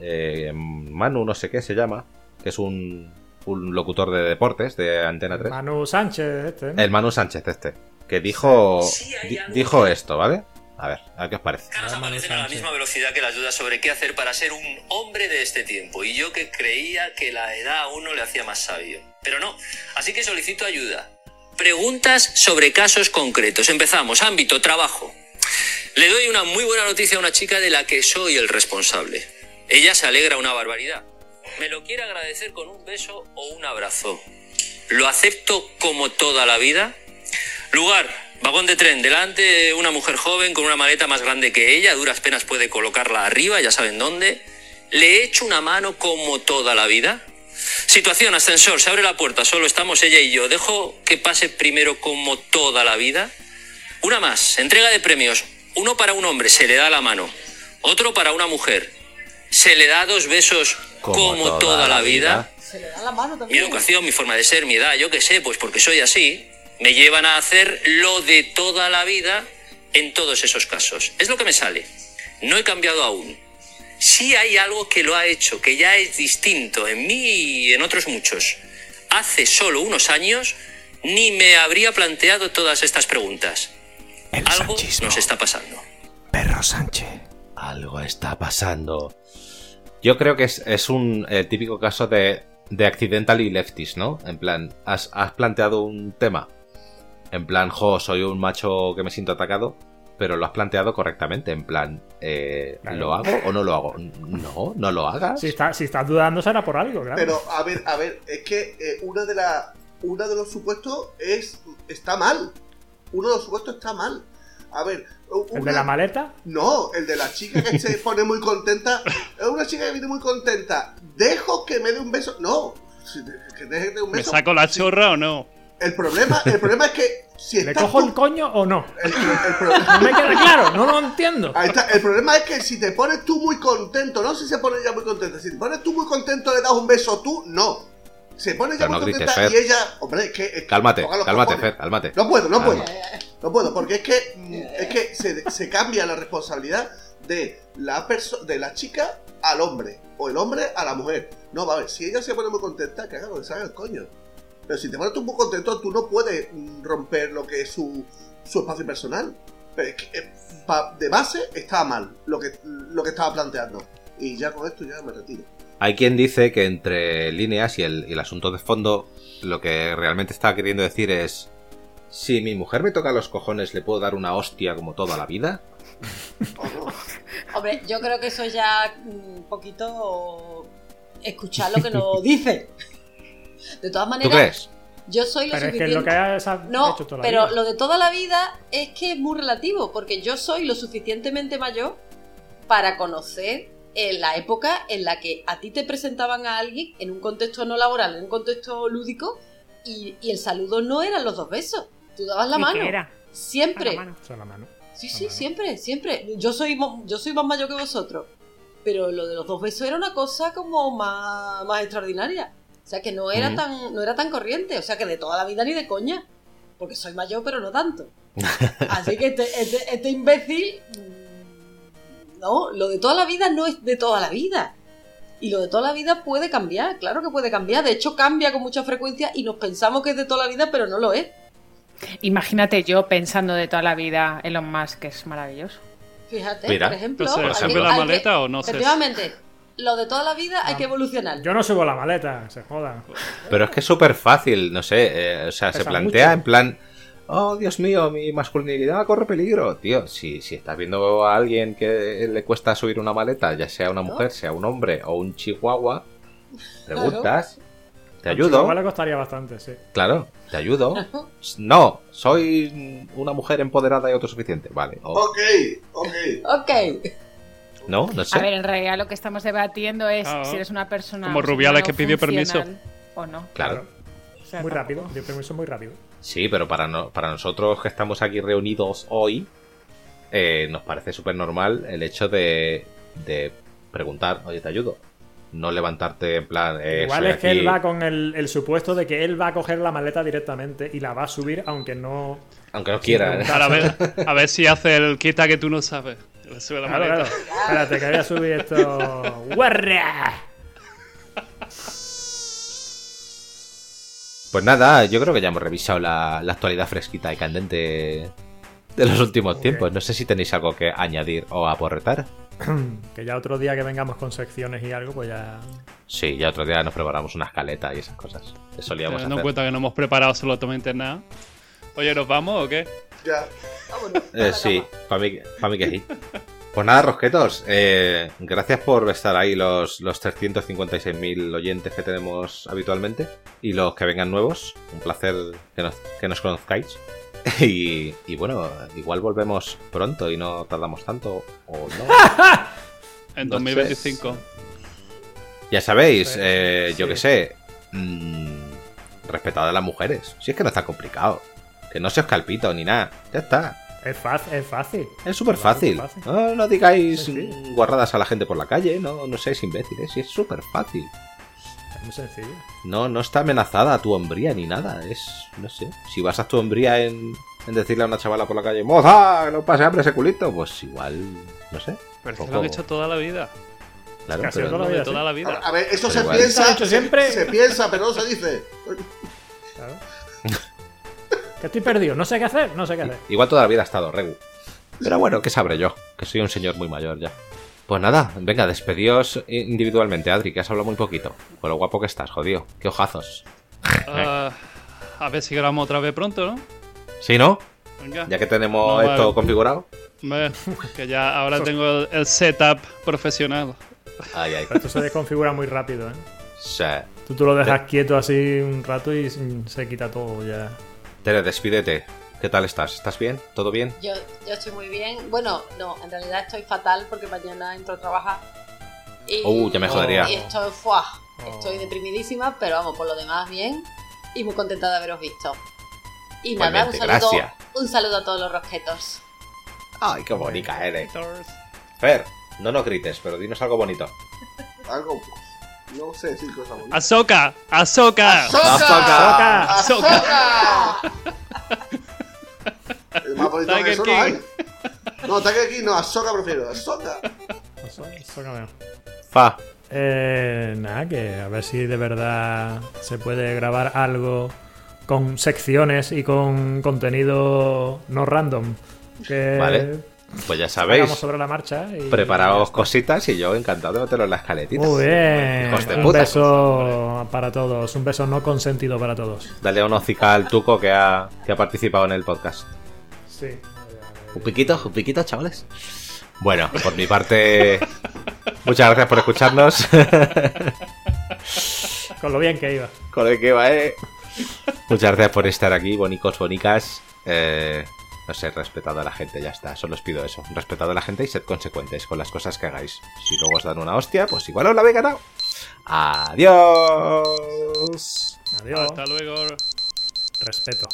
F: eh, Manu, no sé qué se llama, que es un, un locutor de deportes de Antena 3.
H: Manu Sánchez, este. ¿no?
F: El Manu Sánchez este, que dijo,
L: Sí, hay
F: di-
L: algo.
F: dijo esto, ¿vale? A ver, a ver qué os parece.
L: Nos aparecen a la misma velocidad que las dudas sobre qué hacer para ser un hombre de este tiempo, y yo que creía que la edad a uno le hacía más sabio. Pero no, así que solicito ayuda. Preguntas sobre casos concretos. Empezamos, ámbito, trabajo. Le doy una muy buena noticia a una chica de la que soy el responsable. Ella se alegra una barbaridad. Me lo quiere agradecer con un beso o un abrazo. Lo acepto como toda la vida. Lugar, vagón de tren, delante de una mujer joven con una maleta más grande que ella, a duras penas puede colocarla arriba, ya saben dónde. Le echo una mano como toda la vida. Situación, ascensor, se abre la puerta, solo estamos ella y yo. Dejo que pase primero como toda la vida. Una más, entrega de premios. Uno para un hombre, se le da la mano. Otro para una mujer. Se le da dos besos como, toda, la vida.
K: Se le da la mano
L: Mi
K: también.
L: educación, mi forma de ser, mi edad, yo qué sé, pues porque soy así, me llevan a hacer lo de toda la vida en todos esos casos. Es lo que me sale. No he cambiado aún. Sí hay algo que lo ha hecho, que ya es distinto en mí y en otros muchos. Hace solo unos años ni me habría planteado todas estas preguntas. algo nos está pasando.
F: Perro Sánchez. Algo está pasando. Yo creo que es, es un eh, típico caso de, de accidental y leftist, ¿no? En plan, has, has planteado un tema. En plan, jo, soy un macho que me siento atacado, pero lo has planteado correctamente. En plan, eh, ¿lo hago o no lo hago? No, no lo hagas.
H: Si, está- si estás dudando será por algo, claro.
J: Pero a ver, a ver, es que eh, una de las una de los supuestos es está mal. Uno de los supuestos está mal. A ver, u-
H: ¿El
J: una-
H: de la maleta?
J: No, el de la chica que se pone muy contenta. Es una chica que viene muy contenta. Dejo que me dé un beso. No, si te- que deje de un
I: ¿Me
J: beso.
I: saco la chorra o no?
J: El problema, el problema es que si
H: ¿Le
J: estás
H: cojo
J: tú-
H: el coño o no?
J: problema-
H: No me queda claro, no lo entiendo.
J: Ahí está. El problema es que si te pones tú muy contento, no si se pone ella muy contenta, si te pones tú muy contento le das un beso tú, no. Se pone ella
F: Pero
J: muy
F: no grites,
J: contenta y
F: Fer.
J: ella, hombre, es que, es que-
F: Cálmate,
J: toca los
F: cálmate,
J: cojones.
F: Fer, cálmate.
J: No puedo, no puedo.
F: Cálmate.
J: No puedo, porque es que mm, es que se, se cambia la responsabilidad de la perso- de la chica al hombre o el hombre a la mujer. No, va a ver, si ella se pone muy contenta, que haga lo que se haga el coño. Pero si te pones tú muy contento, tú no puedes mm, romper lo que es su, su espacio personal. Pero es que eh, pa- de base estaba mal lo que, lo que estaba planteando. Y ya con esto ya me retiro.
F: Hay quien dice que entre líneas y el, y el asunto de fondo, lo que realmente está queriendo decir es: si mi mujer me toca los cojones, le puedo dar una hostia como toda la vida.
K: Hombre, yo creo que eso ya mm, un poquito escuchar lo que nos dice. De todas maneras,
F: ¿Tú crees?
K: yo soy lo
H: Pero es que
K: suficiente.
H: es lo que has has
K: No,
H: hecho toda la
K: pero
H: vida.
K: lo de toda la vida es que es muy relativo, porque yo soy lo suficientemente mayor para conocer en la época en la que a ti te presentaban a alguien en un contexto no laboral, en un contexto lúdico, y, y el saludo no eran los dos besos. Tú dabas la
H: ¿Y qué
K: mano.
H: era?
K: Siempre.
H: Ah, la mano. Eso es la mano.
K: Sí, sí, siempre, siempre. Yo soy, mo- yo soy más mayor que vosotros. Pero lo de los dos besos era una cosa como más, más extraordinaria. O sea, que no era,
F: Ujú.
K: tan, no era tan corriente. O sea, que de toda la vida ni de coña. Porque soy mayor, pero no tanto. Así que este, este- este imbécil... mm, No, lo de toda la vida no es de toda la vida. Y lo de toda la vida puede cambiar, claro que puede cambiar. De hecho, cambia con mucha frecuencia y nos pensamos que es de toda la vida, pero no lo es.
G: Imagínate yo pensando de toda la vida Elon Musk, que es maravilloso.
K: Fíjate,
I: Mira.
K: por ejemplo.
I: Entonces,
K: hay
I: ¿se
K: que-
I: ve la
K: hay que-
I: maleta o no se-
K: Efectivamente, lo de toda la vida hay que evolucionar.
H: Yo no subo la maleta, se joda.
F: Pero es que es súper fácil, no sé. eh, o sea, se
H: Pesa
F: plantea
H: mucho.
F: en plan: oh, Dios mío, mi masculinidad corre peligro. Tío, si, si estás viendo a alguien que le cuesta subir una maleta, ya sea una mujer, sea un hombre o un chihuahua, preguntas, te ayudo.
H: Igual le costaría bastante, sí.
F: Claro, te ayudo. No, soy una mujer empoderada y autosuficiente. Vale.
H: Oh.
F: o-
J: Ok, ok.
K: Ok.
F: no, no
G: A ver,
F: sé.
G: en realidad lo que estamos debatiendo es
I: Claro.
G: si eres una persona.
I: Como Rubiales
G: no
I: que pidió permiso.
G: funcional O no.
F: Claro.
G: O sea,
H: Muy
G: tampoco-
H: rápido, yo permiso muy rápido.
F: Sí, pero para, no- para nosotros que estamos aquí reunidos hoy, eh, nos parece súper normal el hecho de, de preguntar, oye, te ayudo. no levantarte en plan. eh,
H: Igual
F: soy
H: es que
F: aquí.
H: él va con el, el supuesto de que él va a coger la maleta directamente y la va a subir aunque no...
F: Aunque no
H: sin
F: quiera, ¿eh?
H: preguntar.
I: Ahora a ver, a ver si hace el quita que tú no sabes. Le sube la
H: Claro,
I: maleta.
H: claro. Espérate, que voy a subir esto. ¡Guarra!
F: Pues nada, yo creo que ya hemos revisado la, la actualidad fresquita y candente de los últimos tiempos. No sé si tenéis algo que añadir o aporretar.
H: Que ya otro día que vengamos con secciones y algo, pues ya...
F: Sí, ya otro día nos preparamos una escaleta y esas cosas. Que solíamos
H: Eh,
I: Teniendo en
F: hacer.
I: cuenta que no hemos preparado absolutamente nada. Oye, ¿nos vamos o qué?
J: Ya.
F: Eh, sí, para mí, pa' mí que sí. Pues nada, Rosquetos, eh, gracias por estar ahí los, los 356.000 oyentes que tenemos habitualmente y los que vengan nuevos. Un placer que nos, que nos conozcáis. Y, y bueno, igual volvemos pronto y no tardamos tanto o no.
I: En
F: No sé.
I: 2025.
F: Ya sabéis, eh, yo que sé, mm, respetad a las mujeres. Si es que no está complicado. Que no se os calpito ni nada. Ya está.
H: Es fácil. Es fácil.
F: Es súper fácil.
H: Bastante fácil.
F: No, no digáis
H: Sí,
F: mm, guarradas a la gente por la calle, no, no seáis imbéciles, sí, es súper fácil.
H: Es muy sencillo.
F: No, no está amenazada tu hombría ni nada, es, no sé, si basas tu hombría en, en decirle a una chavala por la calle, moza, no pase hambre ese culito, pues igual, no sé.
I: Pero es que
F: poco-
I: lo han hecho toda la vida.
F: claro,
I: Casi
F: pero
I: toda la
F: no-
I: vida, toda la vida.
J: A ver, esto
F: Pero
J: se
F: igual.
J: piensa.
F: Se ha
H: hecho siempre.
J: Se, piensa, pero no se dice.
H: Claro. Que estoy perdido, no sé qué hacer, no sé qué hacer.
F: Igual toda la vida ha estado Regu. Pero bueno, ¿qué sabré yo? Que soy un señor muy mayor ya. Pues nada, venga, despedíos individualmente, Adri, que has hablado muy poquito. Con lo guapo que estás, jodido. Qué ojazos.
I: Ah, a ver si grabamos otra vez pronto, ¿no?
F: ¿Sí, no?
I: Venga.
F: Ya que tenemos
I: No,
F: esto
I: vale.
F: configurado.
I: Ve, Que ya ahora tengo el- el setup profesional.
F: Ay, ay.
H: Pero esto se desconfigura muy rápido, ¿eh?
F: Sí.
H: Tú, tú lo dejas quieto así un rato y mm, se quita todo ya.
F: Tere, despídete. ¿Qué tal estás? ¿Estás bien? ¿Todo bien?
K: Yo, yo estoy muy bien. Bueno, no, en realidad estoy fatal porque mañana entro a trabajar. Y,
F: Uh, ya me jodería.
K: Oh, y estoy, fuah, estoy deprimidísima, pero vamos, por lo demás bien. Y muy contenta de haberos visto. Y nada, un
F: Igualmente,
K: saludo,
F: gracias.
K: un saludo a todos los rosquetos.
F: Ay, qué bonita eres. Fer, no nos grites, pero dinos algo bonito.
J: Algo. pues, No sé decir cosas bonitas.
I: ¡Azoka! ¡Azoka!
H: Ah.
J: ¡Ahsoka!
I: ¡Azoka!
J: El más bonito
I: Tiger
J: que eso
I: King.
J: no hay. No, Tiger King no, Ahsoka prefiero. Ahsoka.
F: Fa.
H: Eh, nada, que a ver si de verdad se puede grabar algo con secciones y con contenido no random. Que
F: Vale. Pues ya sabéis.
H: hagamos sobre la marcha. Y...
F: Preparaos cositas y yo encantado de meteros en la escaletita.
H: Muy bien.
F: Hijos de
H: Un
F: puta.
H: beso para todos. Un beso no consentido para todos.
F: Dale una hocica al tuco que ha, que ha participado en el podcast.
H: Sí.
F: Un piquito, un piquito, chavales. Bueno, por mi parte, muchas gracias por escucharnos.
H: Con lo bien que iba.
F: Con el que va, eh. Muchas gracias por estar aquí, bonicos, bonicas. Eh, no sé, respetad a la gente, ya está. Solo os pido eso. Respetad a la gente y sed consecuentes con las cosas que hagáis. Si luego os dan una hostia, pues igual os la habéis ganado. Adiós.
H: Adiós.
I: Hasta luego.
H: Respeto.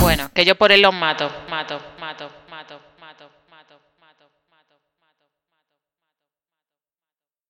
S: Bueno, que yo por él los mato, mato, mato.